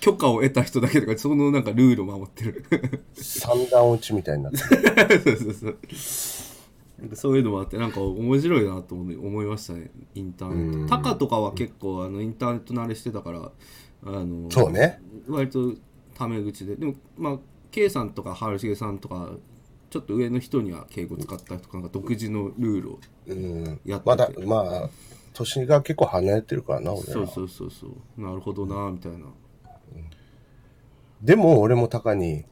Speaker 1: 許可を得た人だけとかそのなんかルールを守ってる
Speaker 3: 三段落ちみたいになってる。
Speaker 1: そうそうそうなんかそういうのもあってなんか面白いなと思い思いましたねインターネットタカとかは結構あのインターネット慣れしてたからあの
Speaker 3: そ うね。
Speaker 1: 割とタメ口ででもまあ K さんとか春重さんとかちょっと上の人には敬語使ったりとかなんか独自のルールを
Speaker 3: うん。
Speaker 1: やってて
Speaker 3: まだ、まあ、年が結構離れてるからな、俺
Speaker 1: そう
Speaker 3: は。
Speaker 1: そうそうそうなるほどなみたいな
Speaker 3: でも、俺もタカに、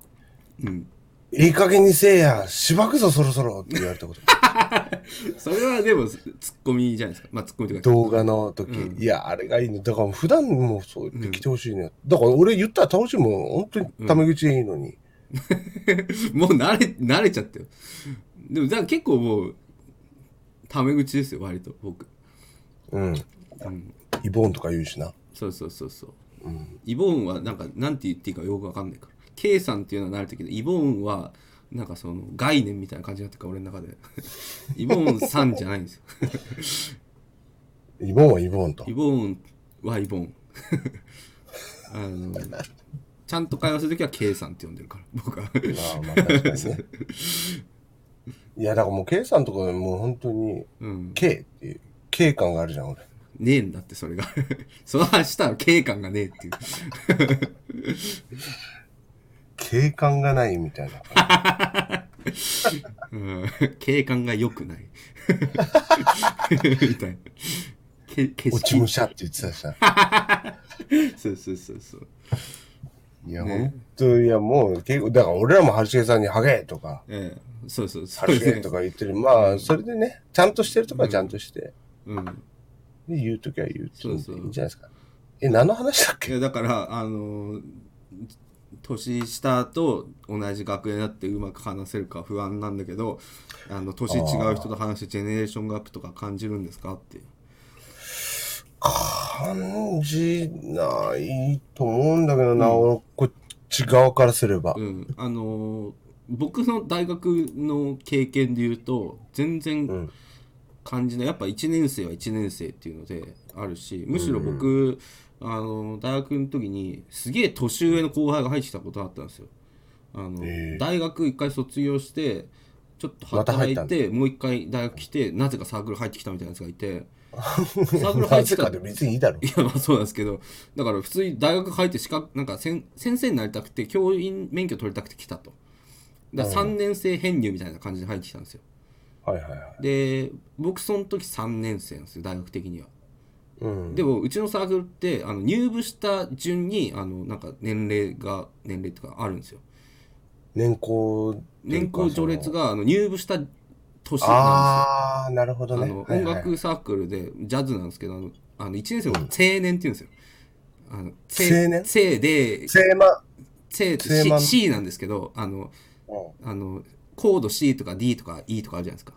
Speaker 1: うん
Speaker 3: いい加減にせえや、しばくぞそろそろって言わ れたこと。
Speaker 1: それはでもツッコミじゃないですかまあツッコミというか
Speaker 3: 動画の時、いや、あれがいいの。だから普段もそう言ってきてほしいのよ。だから俺言ったら楽しいもん。本当にタメ口でいいのに。
Speaker 1: もう慣れ慣れちゃったよでもだから結構もうタメ口ですよ割と僕
Speaker 3: うん。イボーンとか言うしな。
Speaker 1: そうそうそうそう、イボーンはなんかなんて言っていいかよくわかんないから K さんっていうのは慣れてるけどイボーンはなんかその概念みたいな感じになってるから俺の中 でイボーンさんじゃないんですよ
Speaker 3: イボーンはイボーンと
Speaker 1: イ。ボーンはイボーン あのちゃんと会話するときは K さんって呼んでるから僕は
Speaker 3: まあ まあ確かにね。いや、だからもう K さんとかもう本当に、K っていう、K 感があるじゃん、俺。
Speaker 1: ねえんだってそれが その話したら K 感がねえっていう
Speaker 3: K 感がないみたいな。
Speaker 1: うん景観が良くない みたいなけ景
Speaker 3: 落ち武
Speaker 1: 色
Speaker 3: 者って言ってたじゃん。
Speaker 1: そうそうそうそう
Speaker 3: いや、本当いや、もう結構、だから俺らも春重さんにハゲとか、
Speaker 1: ええそうそうそう
Speaker 3: 春重とか言ってる。まあ、それでね、ちゃんとしてるとかちゃんとして、
Speaker 1: うん、
Speaker 3: で言うときは言うっていいん
Speaker 1: そうそう
Speaker 3: じゃないですか。え、何の話だっ
Speaker 1: い
Speaker 3: け
Speaker 1: やだからあのー年下と同じ学年だってうまく話せるか不安なんだけどあの年違う人と話してジェネレーションギャップとか感じるんですかっていう
Speaker 3: 感じないと思うんだけどな、俺、こっち側からすれば。
Speaker 1: うん、あのー僕の大学の経験で言うと全然
Speaker 3: ん
Speaker 1: 感じない、やっぱ1年生は1年生っていうのであるしむしろ僕、あのー大学の時にすげえ年上の後輩が入ってきたことあったんですよ。あの
Speaker 3: へえ
Speaker 1: 大学一回卒業してちょっと
Speaker 3: また
Speaker 1: 働
Speaker 3: 入っ
Speaker 1: い
Speaker 3: たんだ
Speaker 1: て、もう一回大学来てなぜかサークル入ってきたみたいなやつがい てサークル入
Speaker 3: な
Speaker 1: って
Speaker 3: ぜ
Speaker 1: た
Speaker 3: かで別にいいだろ。
Speaker 1: いやまあそうなんですけどだから普通に大学入って資格なんかせん先生になりたくて教員免許取りたくて来たとだから3年生編入みたいな感じで入ってきたんですよ
Speaker 3: はいはいはい。
Speaker 1: で僕その時3年生なんですよ大学的には
Speaker 3: うん。
Speaker 1: でもうちのサークルってあの入部した順にあのなんか年齢が年齢とかあるんですよ
Speaker 3: 年功ってい
Speaker 1: 年
Speaker 3: うか
Speaker 1: 功序列があの入部した年なんですよ
Speaker 3: ああ、なるほど
Speaker 1: あ
Speaker 3: ね。
Speaker 1: の
Speaker 3: はい
Speaker 1: 音
Speaker 3: はい
Speaker 1: 楽サークルでジャズなんですけどあのあの1年生のこと青年って言うんですよあの
Speaker 3: 青年
Speaker 1: 青で
Speaker 3: セーマ
Speaker 1: 正と
Speaker 3: 正
Speaker 1: C,
Speaker 3: 満
Speaker 1: C なんですけどあのあのコード C とか D とか E とかあるじゃないですか、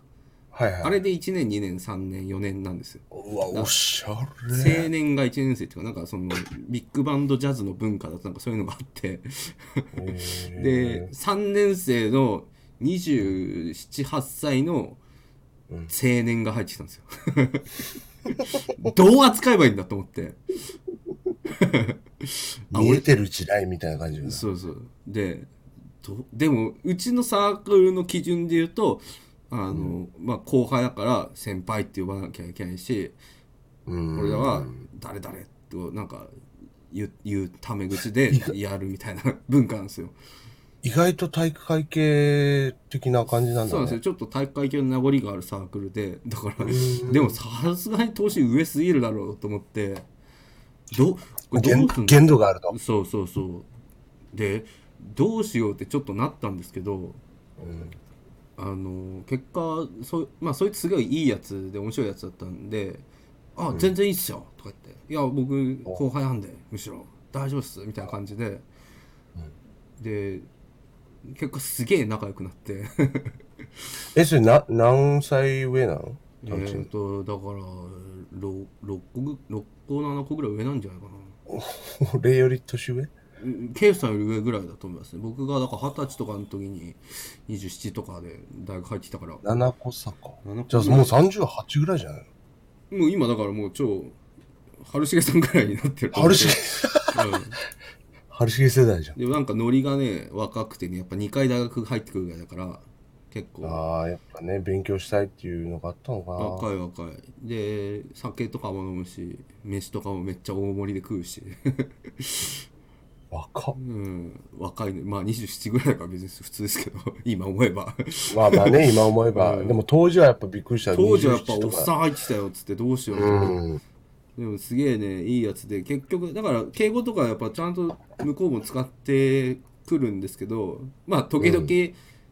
Speaker 3: はいはい。
Speaker 1: あれで1年2年3年4年なんですよ
Speaker 3: うわ、おしゃれ。
Speaker 1: 青年が1年生っていうかなんかそのビッグバンドジャズの文化だとなんかそういうのがあってで3年生の278歳の青年が入ってきたんですよ どう扱えばいいんだと思って
Speaker 3: 見えてる時代みたいな感じだな
Speaker 1: そうそうでどでもうちのサークルの基準で言うとあの、まあ、後輩だから先輩って呼ばなきゃいけないし、
Speaker 3: うん。
Speaker 1: 俺らは誰々となんか言う言うタメ口でやるみたいな文化なんですよ。
Speaker 3: 意外と体育会系的な感じなん
Speaker 1: そ
Speaker 3: だ
Speaker 1: うなんですよ。
Speaker 3: ね
Speaker 1: ちょっと体育会系の名残があるサークルでだからでもさすがに年上すぎるだろうと思ってどこれどうすん
Speaker 3: 限
Speaker 1: の
Speaker 3: 限度があると。
Speaker 1: そうそうそうでどうしようってちょっとなったんですけど、あの結果そ,、まあ、そいつすごいいいやつで面白いやつだったんで「あ全然いいっすよ」とか言って「いや僕
Speaker 3: お
Speaker 1: 後輩なんでむしろ大丈夫っす」みたいな感じで、で結果すげえ仲良くなって
Speaker 3: え、それな、何歳上なの
Speaker 1: えっとだから 6, 六個ぐ六個7個ぐらい上なんじゃないかな
Speaker 3: 俺より年上
Speaker 1: うんケイさんより上ぐらいだと思いますね僕がだから二十歳とかの時に27とかで大学入ってきたから
Speaker 3: ?7 個差か。
Speaker 1: 七個
Speaker 3: じゃあもう38ぐらいじゃないの
Speaker 1: もう今だからもう超春重さんぐらいになってると思う
Speaker 3: 春重、春重世代じゃん
Speaker 1: うん、。でもなんかノリがね若くてねやっぱ2回大学入ってくるぐらいだから結構
Speaker 3: ああ、やっぱね、勉強したいっていうのがあったのか
Speaker 1: 若い若いで酒とかも飲むし飯とかもめっちゃ大盛りで食うし、
Speaker 3: な。若っ
Speaker 1: うん、若いねまあ27ぐらいだから別に普通ですけど 今思え ば
Speaker 3: まあまあね、今思えば。でも当時はやっぱびっくりした。
Speaker 1: 当時はやっぱお
Speaker 3: 27
Speaker 1: っ
Speaker 3: とか
Speaker 1: さん入ってきたよっつってどうしようと思って
Speaker 3: うん。
Speaker 1: でもすげえねいいやつで結局だから敬語とかやっぱちゃんと向こうも使ってくるんですけどまあ時々、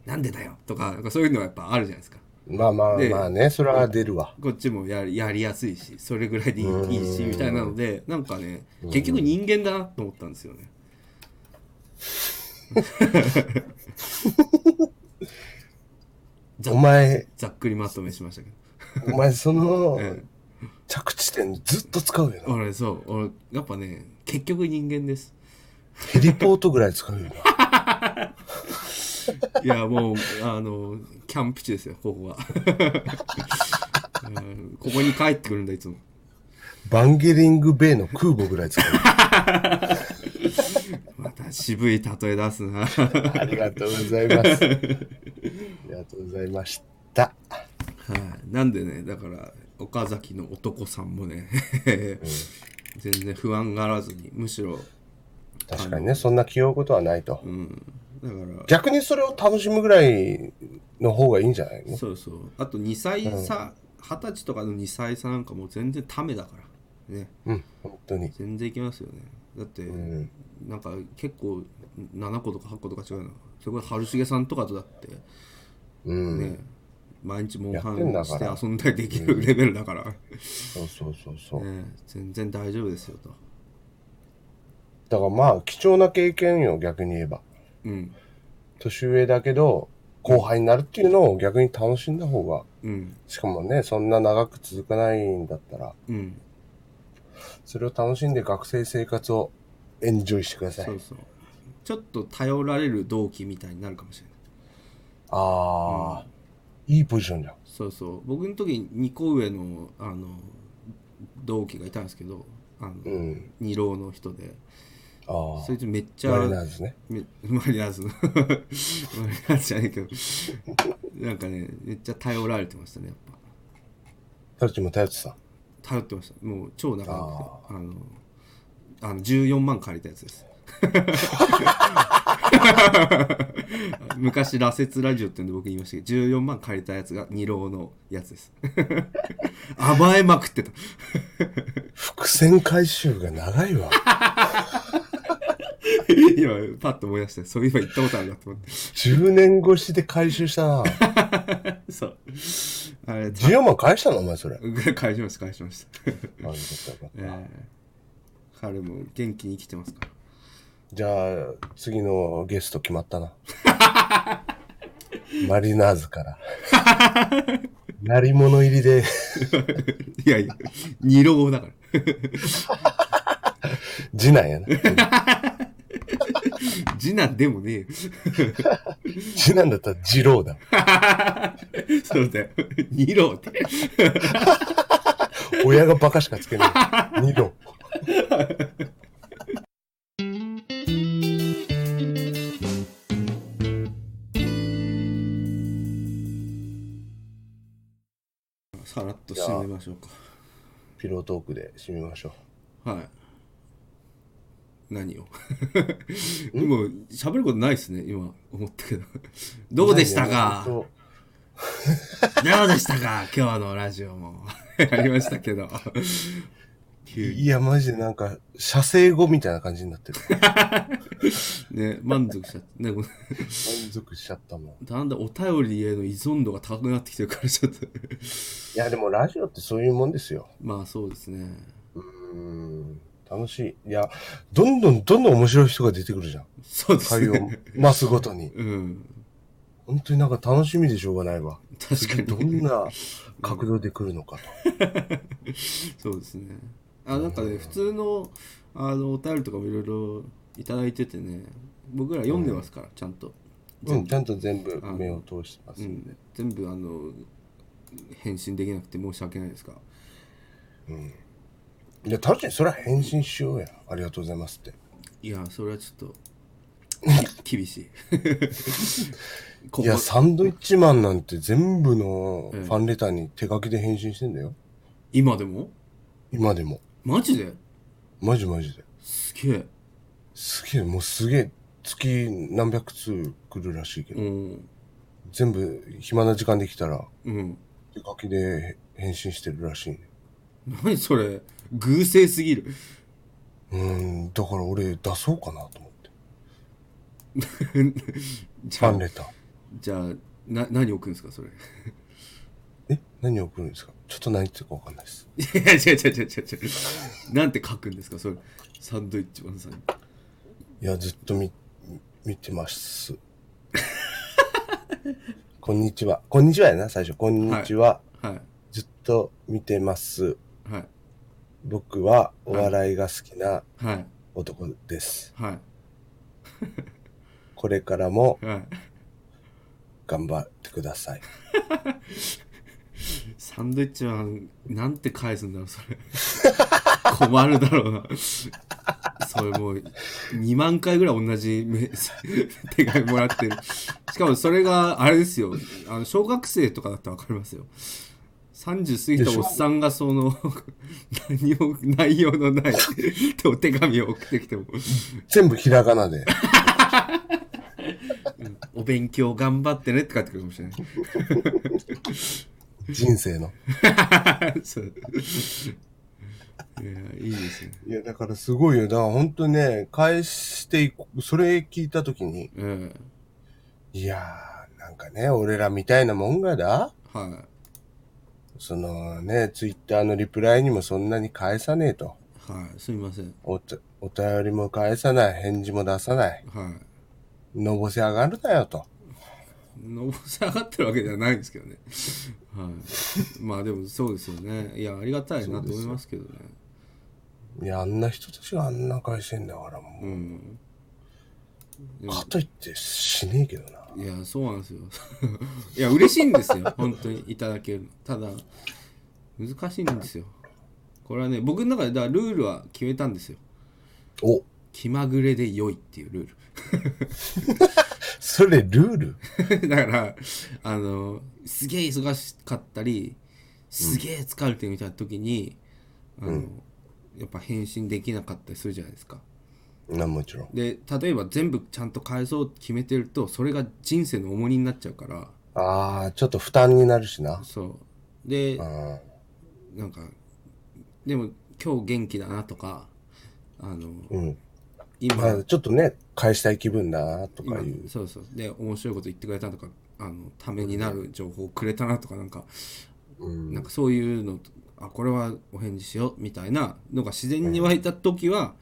Speaker 1: なんでだよとかなんかそういうのはやっぱあるじゃないですか
Speaker 3: まあまあ
Speaker 1: で
Speaker 3: まあね、それは出るわ。
Speaker 1: こっちもやりやりやすいしそれぐらいでいい
Speaker 3: うん
Speaker 1: いいしみたいなのでなんかね結局人間だなと思ったんですよねざ
Speaker 3: お前、
Speaker 1: ざっくりまとめしましたけど
Speaker 3: お前その
Speaker 1: ええ
Speaker 3: 着地点ずっと使うよな。
Speaker 1: 俺そう俺やっぱね結局人間です
Speaker 3: テリポートぐらい使うよな。
Speaker 1: いやもうあのキャンプ地ですよここは うんここに帰ってくるんだいつも
Speaker 3: バンゲリングベイの空母ぐらい使う よ。
Speaker 1: また渋い例え出すな
Speaker 3: ありがとうございます。ありがとうございました。
Speaker 1: はい、なんでねだから岡崎の男さんもね 全然不安がらずにむしろ、
Speaker 3: 確かにね、そんな気負うことはないと。
Speaker 1: うん、だか
Speaker 3: 逆にそれを楽しむぐらいの方がいいんじゃない
Speaker 1: ら
Speaker 3: の
Speaker 1: そうそうあと2歳差二十歳とかの2歳差なんかもう全然ためだからね
Speaker 3: うん、本当に。
Speaker 1: 全然いけますよねだって、
Speaker 3: うん。
Speaker 1: なんか結構7個とか8個とか違うなそれこそ春重さんとかとだって
Speaker 3: うん。
Speaker 1: ね、毎日モンハ
Speaker 3: やってんだ
Speaker 1: ン
Speaker 3: か
Speaker 1: して
Speaker 3: ら
Speaker 1: 遊んだりできるレベルだから、
Speaker 3: そうそうそうそう。
Speaker 1: ね、全然大丈夫ですよと
Speaker 3: だからまあ、貴重な経験よ、逆に言えば。
Speaker 1: うん
Speaker 3: 年上だけど、後輩になるっていうのを逆に楽しんだ方が、
Speaker 1: うん
Speaker 3: しかもね、そんな長く続かないんだったら、
Speaker 1: うん
Speaker 3: それを楽しんで学生生活をエンジョイしてください。
Speaker 1: そうそうちょっと頼られる同期みたいになるかもしれない
Speaker 3: ああ、いいポジションじゃん。
Speaker 1: そうそう僕の時に2個上のあの同期がいたんですけどあの、
Speaker 3: うん。
Speaker 1: 二郎の人で
Speaker 3: ああ
Speaker 1: そ、いつめっちゃ
Speaker 3: マリナーズね。
Speaker 1: めマリナーズの マリナーズじゃないけどなんかねめっちゃ頼られてましたねやっぱ
Speaker 3: タルチもタルチさん。
Speaker 1: 頼ってましたもう超長くて
Speaker 3: あ
Speaker 1: あのあの14万借りたやつです 昔羅刹ラジオってんで僕言いましたけど14万借りたやつが二郎のやつです甘えまくってた
Speaker 3: 伏線回収が長いわ。
Speaker 1: 今パッと思い出してそういえば言ったことあるなと思って
Speaker 3: 10年越しで回収したな。
Speaker 1: そうあれ
Speaker 3: 14万返したのお 前それ。
Speaker 1: 返しました返しました、
Speaker 3: あよかったよかった
Speaker 1: えー彼も元気に生きてますから
Speaker 3: じゃあ、次のゲスト決まったな。マリナーズから。鳴り物入りで、
Speaker 1: いやいや二郎だから
Speaker 3: 次男やな。
Speaker 1: 次男でもねえよ
Speaker 3: 次男だったら次郎だ。
Speaker 1: そうだよ。二郎って。
Speaker 3: 親がバカしかつけない。二郎。
Speaker 1: さらっと締めましょう
Speaker 3: ピロートークで締めましょ
Speaker 1: か。はい。何をもう喋ることないですね、今思ったけど。
Speaker 3: う。
Speaker 1: どうでしたか
Speaker 3: 本
Speaker 1: どうでしたか今日のラジオも。ありましたけど。急に
Speaker 3: いや、マジでなんか、写生語みたいな感じになってる。
Speaker 1: ね満足しちゃってねこれ
Speaker 3: 満足しちゃったもん。い
Speaker 1: だんだんお便りへの依存度が高くなってきてるからちょっと
Speaker 3: や、でもラジオってそういうもんですよ。
Speaker 1: まあそうですね
Speaker 3: うーん。楽しい。いや、どんどんどんどん面白い人が出てくるじゃん。
Speaker 1: そうです
Speaker 3: 会 を
Speaker 1: ね
Speaker 3: 増すごとに。
Speaker 1: うん
Speaker 3: 本当になんか楽しみでしょうがないわ。
Speaker 1: 確かに
Speaker 3: どんな角度で来るのかと。
Speaker 1: そうですねあなんかね普通のあのお便りとかもいろいろいただいててね僕ら読んでますから、ちゃんと
Speaker 3: うん、ちゃんと全部目を通してます
Speaker 1: うん
Speaker 3: で。
Speaker 1: ん、全部あの返信できなくて申し訳ないですが
Speaker 3: いや、確かにそれは返信しようや。ありがとうございますって。
Speaker 1: いやそれはちょっとき 厳しいここ
Speaker 3: いや、サンドイッチマンなんて全部のフ
Speaker 1: うん
Speaker 3: ァンレターに手書きで返信してんだよ。
Speaker 1: 今でも
Speaker 3: 今でも。
Speaker 1: マジで
Speaker 3: マジマジで。
Speaker 1: すげえ
Speaker 3: すげえ、もうすげえ、月何百通来るらしいけど、
Speaker 1: うん
Speaker 3: 全部暇な時間できたら
Speaker 1: うん
Speaker 3: 手書きで返信してるらしいね。
Speaker 1: 何それ偶然すぎる
Speaker 3: うーん、だから俺出そうかなと思って。
Speaker 1: じゃ
Speaker 3: フ
Speaker 1: あ
Speaker 3: ァンレター。
Speaker 1: じゃあな何送るんですかそれ い
Speaker 3: え何送るんですかちょっと何言ってるかわかんないです。
Speaker 1: や違う違う違う違う違うなんて書くんですかそれサンドイッチマンさんに
Speaker 3: いや、ずっと見、見てます。 こんにちは。こんにちはやな、最初。こんにちは。
Speaker 1: は
Speaker 3: ずっと見てます。
Speaker 1: いはい
Speaker 3: 僕はお笑いが好きな
Speaker 1: はい
Speaker 3: 男です。
Speaker 1: はい
Speaker 3: これからも
Speaker 1: はい
Speaker 3: 頑張ってください。
Speaker 1: サンドイッチマンなんて返すんだろうそれ 困るだろうなそれもう2万回ぐらい同じメ 手紙もらってるしかもそれがあれですよあの小学生とかだったら分かりますよ30過ぎたおっさんがその何も内容のないお手紙を送ってきても
Speaker 3: 全部ひらがなで。
Speaker 1: お勉強頑張ってねって帰ってくるかもしれない
Speaker 3: 人生の。
Speaker 1: そういやいいですね
Speaker 3: いや、だからすごいよ。だから本当にね、返していこそれ聞いたときに、
Speaker 1: うん
Speaker 3: いやー、なんかね、俺らみたいなもんがだ。
Speaker 1: は
Speaker 3: そのね、ツイッターのリプライにもそんなに返さねえと。
Speaker 1: いはいすみません
Speaker 3: おたお便りも返さない、返事も出さない、
Speaker 1: はい
Speaker 3: のぼせ上がるなよと。
Speaker 1: のぼせ上がってるわけではないんですけどね、はい、まあでもそうですよねいやありがたいなと思いますけどね
Speaker 3: いや、あんな人たちがあんな返してんだから、
Speaker 1: う
Speaker 3: も
Speaker 1: ん
Speaker 3: う、かといってしねえけどな。
Speaker 1: いやそうなんですよ いや嬉しいんですよ本当にいただけるのただ難しいんですよこれはね僕の中でだからルールは決めたんですよ
Speaker 3: お、
Speaker 1: 気まぐれで良いっていうルール
Speaker 3: それルール
Speaker 1: だからあのすげえ忙しかったりすげえ疲れてるみたいな時に、あのやっぱ返信できなかったりするじゃないですか
Speaker 3: な、もちろん。
Speaker 1: で例えば全部ちゃんと返そうって決めてるとそれが人生の重荷になっちゃうから
Speaker 3: あー、ちょっと負担になるしな。
Speaker 1: そうで
Speaker 3: うん。
Speaker 1: なんかでも今日元気だなとかあの、
Speaker 3: うん。
Speaker 1: 今、
Speaker 3: まあ、ちょっとね、返したい気分だな、とかいう。
Speaker 1: 今そうそうで面白いこと言ってくれたとかあのためになる情報をくれたなとかなんか
Speaker 3: うん。
Speaker 1: なんかそういうのとあこれはお返事しようみたいなのが自然に湧いた時は、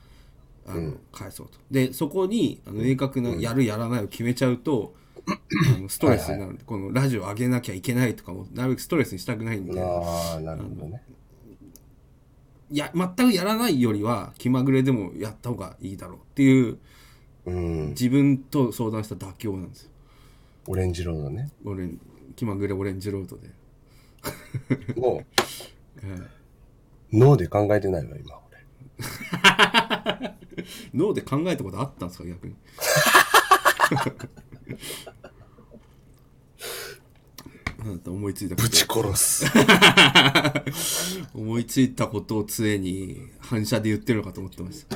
Speaker 1: あの返そうとでそこにあの明確なやるやらないを決めちゃう と、あのストレスになるんで、このラジオ上げなきゃいけないとかもなるべくストレスにしたくないんで、
Speaker 3: あー、なるほどね。
Speaker 1: いや全くやらないよりは気まぐれでもやった方がいいだろうっていう
Speaker 3: うん。
Speaker 1: 自分と相談した妥協なんですよ
Speaker 3: オレンジロー ドね。
Speaker 1: 俺気まぐれオレンジロードで、
Speaker 3: も
Speaker 1: ええ
Speaker 3: う、脳で考えてないわ、今、俺。
Speaker 1: 脳で考えたことあったんですか逆になんか思いついたこ
Speaker 3: ぶち殺す。
Speaker 1: と思いついたことを杖に反射で言ってるのかと思ってまし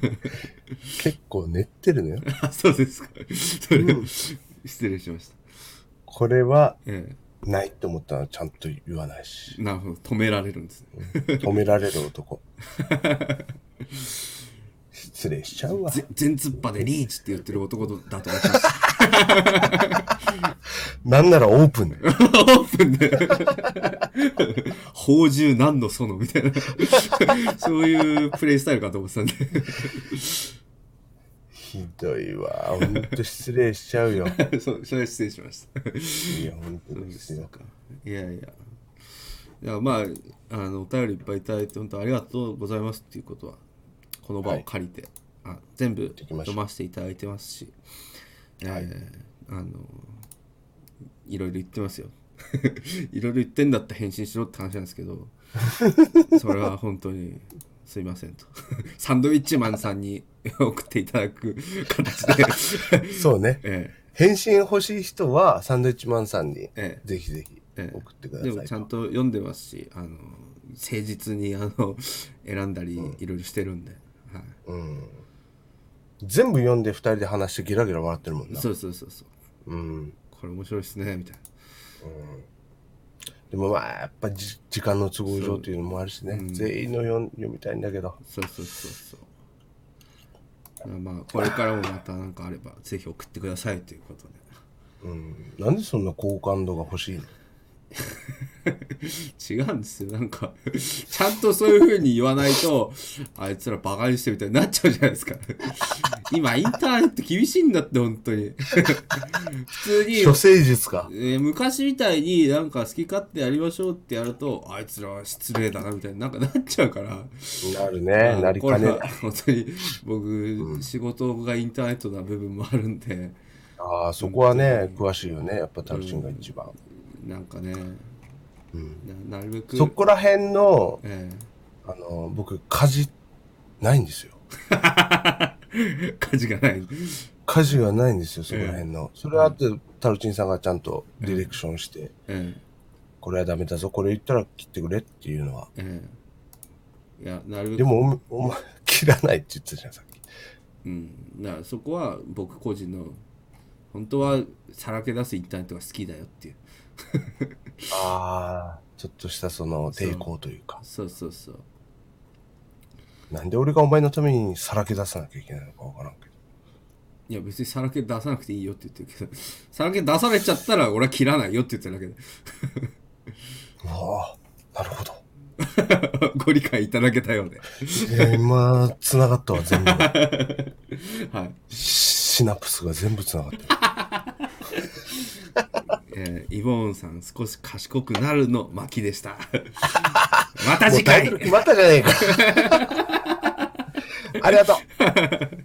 Speaker 3: 結構練ってるのよ。
Speaker 1: た あそうですかそれ、失礼しました
Speaker 3: これは
Speaker 1: え
Speaker 3: ないと思ったらちゃんと言わないし。
Speaker 1: えなるほど止められるんですね
Speaker 3: 止められる男。失礼しちゃうわ。
Speaker 1: ぜ全突破でリーチって言ってる男だと思ってました。
Speaker 3: なんならオープンで。
Speaker 1: オープンで。 宝珠何の園みたいな。 そういうプレイスタイルかと思ってたんで。
Speaker 3: ひどいわ。ほんと失礼しちゃうよ。
Speaker 1: そうそれは失礼しました。
Speaker 3: いや、ほんとですよ。
Speaker 1: いやいや。いやまあ、あのお便りいっぱいいただいて本当ありがとうございますっていうことはこの場を借りて、あ全部
Speaker 3: きましょう
Speaker 1: 読ませていただいてますし、えーあのいろいろ言ってますよ いろいろ言ってんだったら返信しろって話なんですけ どそれは本当にすいませんと サンドウィッチマンさんに送っていただく形で
Speaker 3: そうね。
Speaker 1: ええ
Speaker 3: 返信欲しい人は、サンドイッチマンさんに、
Speaker 1: ええ
Speaker 3: ぜひぜひ
Speaker 1: ええ
Speaker 3: 送ってくださ
Speaker 1: で
Speaker 3: い。
Speaker 1: もちゃんと読んでますしあの誠実にあの選んだりいろいろしてるんで、はい、
Speaker 3: 全部読んで二人で話してギラギラ笑ってるもんな。
Speaker 1: そうそうそうそう
Speaker 3: うん。
Speaker 1: これ面白いですねみたい
Speaker 3: でもまあ、やっぱじ時間の都合上というのもあるしね。全員の読ん読みたいんだけど。
Speaker 1: なそうそうそうそうまあこれからもまた何かあれば ぜひ送ってくださいということ
Speaker 3: うん。なんでそんな好感度が欲しいの
Speaker 1: で違うんですよなんか ちゃんとそういう風に言わないとあいつらバカにしてみたいになっちゃうじゃないですか 今インターネット厳しいんだって本当に 普通に
Speaker 3: 処世術か。
Speaker 1: えー昔みたいになんか好き勝手やりましょうってやるとあいつらは失礼だなみたいになんかなっちゃうから
Speaker 3: なる
Speaker 1: あ
Speaker 3: ね。
Speaker 1: の
Speaker 3: なりか
Speaker 1: これ
Speaker 3: ねな。
Speaker 1: はい本当に僕、仕事がインターネットな部分もあるんで
Speaker 3: ああ、そこはね、詳しいよね。やっぱタルチンが一番。
Speaker 1: なんかね、ななるべく
Speaker 3: そこら辺の、
Speaker 1: え
Speaker 3: あの、僕、家事、ないんですよ。
Speaker 1: え感じがない
Speaker 3: 家事がないんですよ、そこら辺の。それはあって、タルチンさんがちゃんとディレクションして、
Speaker 1: ええ
Speaker 3: これはダメだぞ、これ言ったら切ってくれっていうのは。
Speaker 1: ええいやなるべ
Speaker 3: で
Speaker 1: く、
Speaker 3: も、おめお前、切らないって言ってたじゃん、さっき。
Speaker 1: うん、だからそこは僕個人の本当はさらけ出すインターネットが好きだよっていう
Speaker 3: ああ、ちょっとしたその抵抗というか。
Speaker 1: そうそうそう
Speaker 3: なんで俺がお前のためにさらけ出さなきゃいけないのかわからんけど。
Speaker 1: いや別にさらけ出さなくていいよって言ってるけど さらけ出されちゃったら俺は切らないよって言ってるだけで
Speaker 3: うわあ、なるほど。
Speaker 1: ご理解いただけたようで。
Speaker 3: いや今、繋がったわ、全部が。
Speaker 1: はい。
Speaker 3: シナプスが全部繋がってる。
Speaker 1: えーイボーンさん、少し賢くなるの巻でした。 また
Speaker 3: もう
Speaker 1: 次
Speaker 3: タイ
Speaker 1: 回
Speaker 3: トル決まったじゃねえか。ありがとう。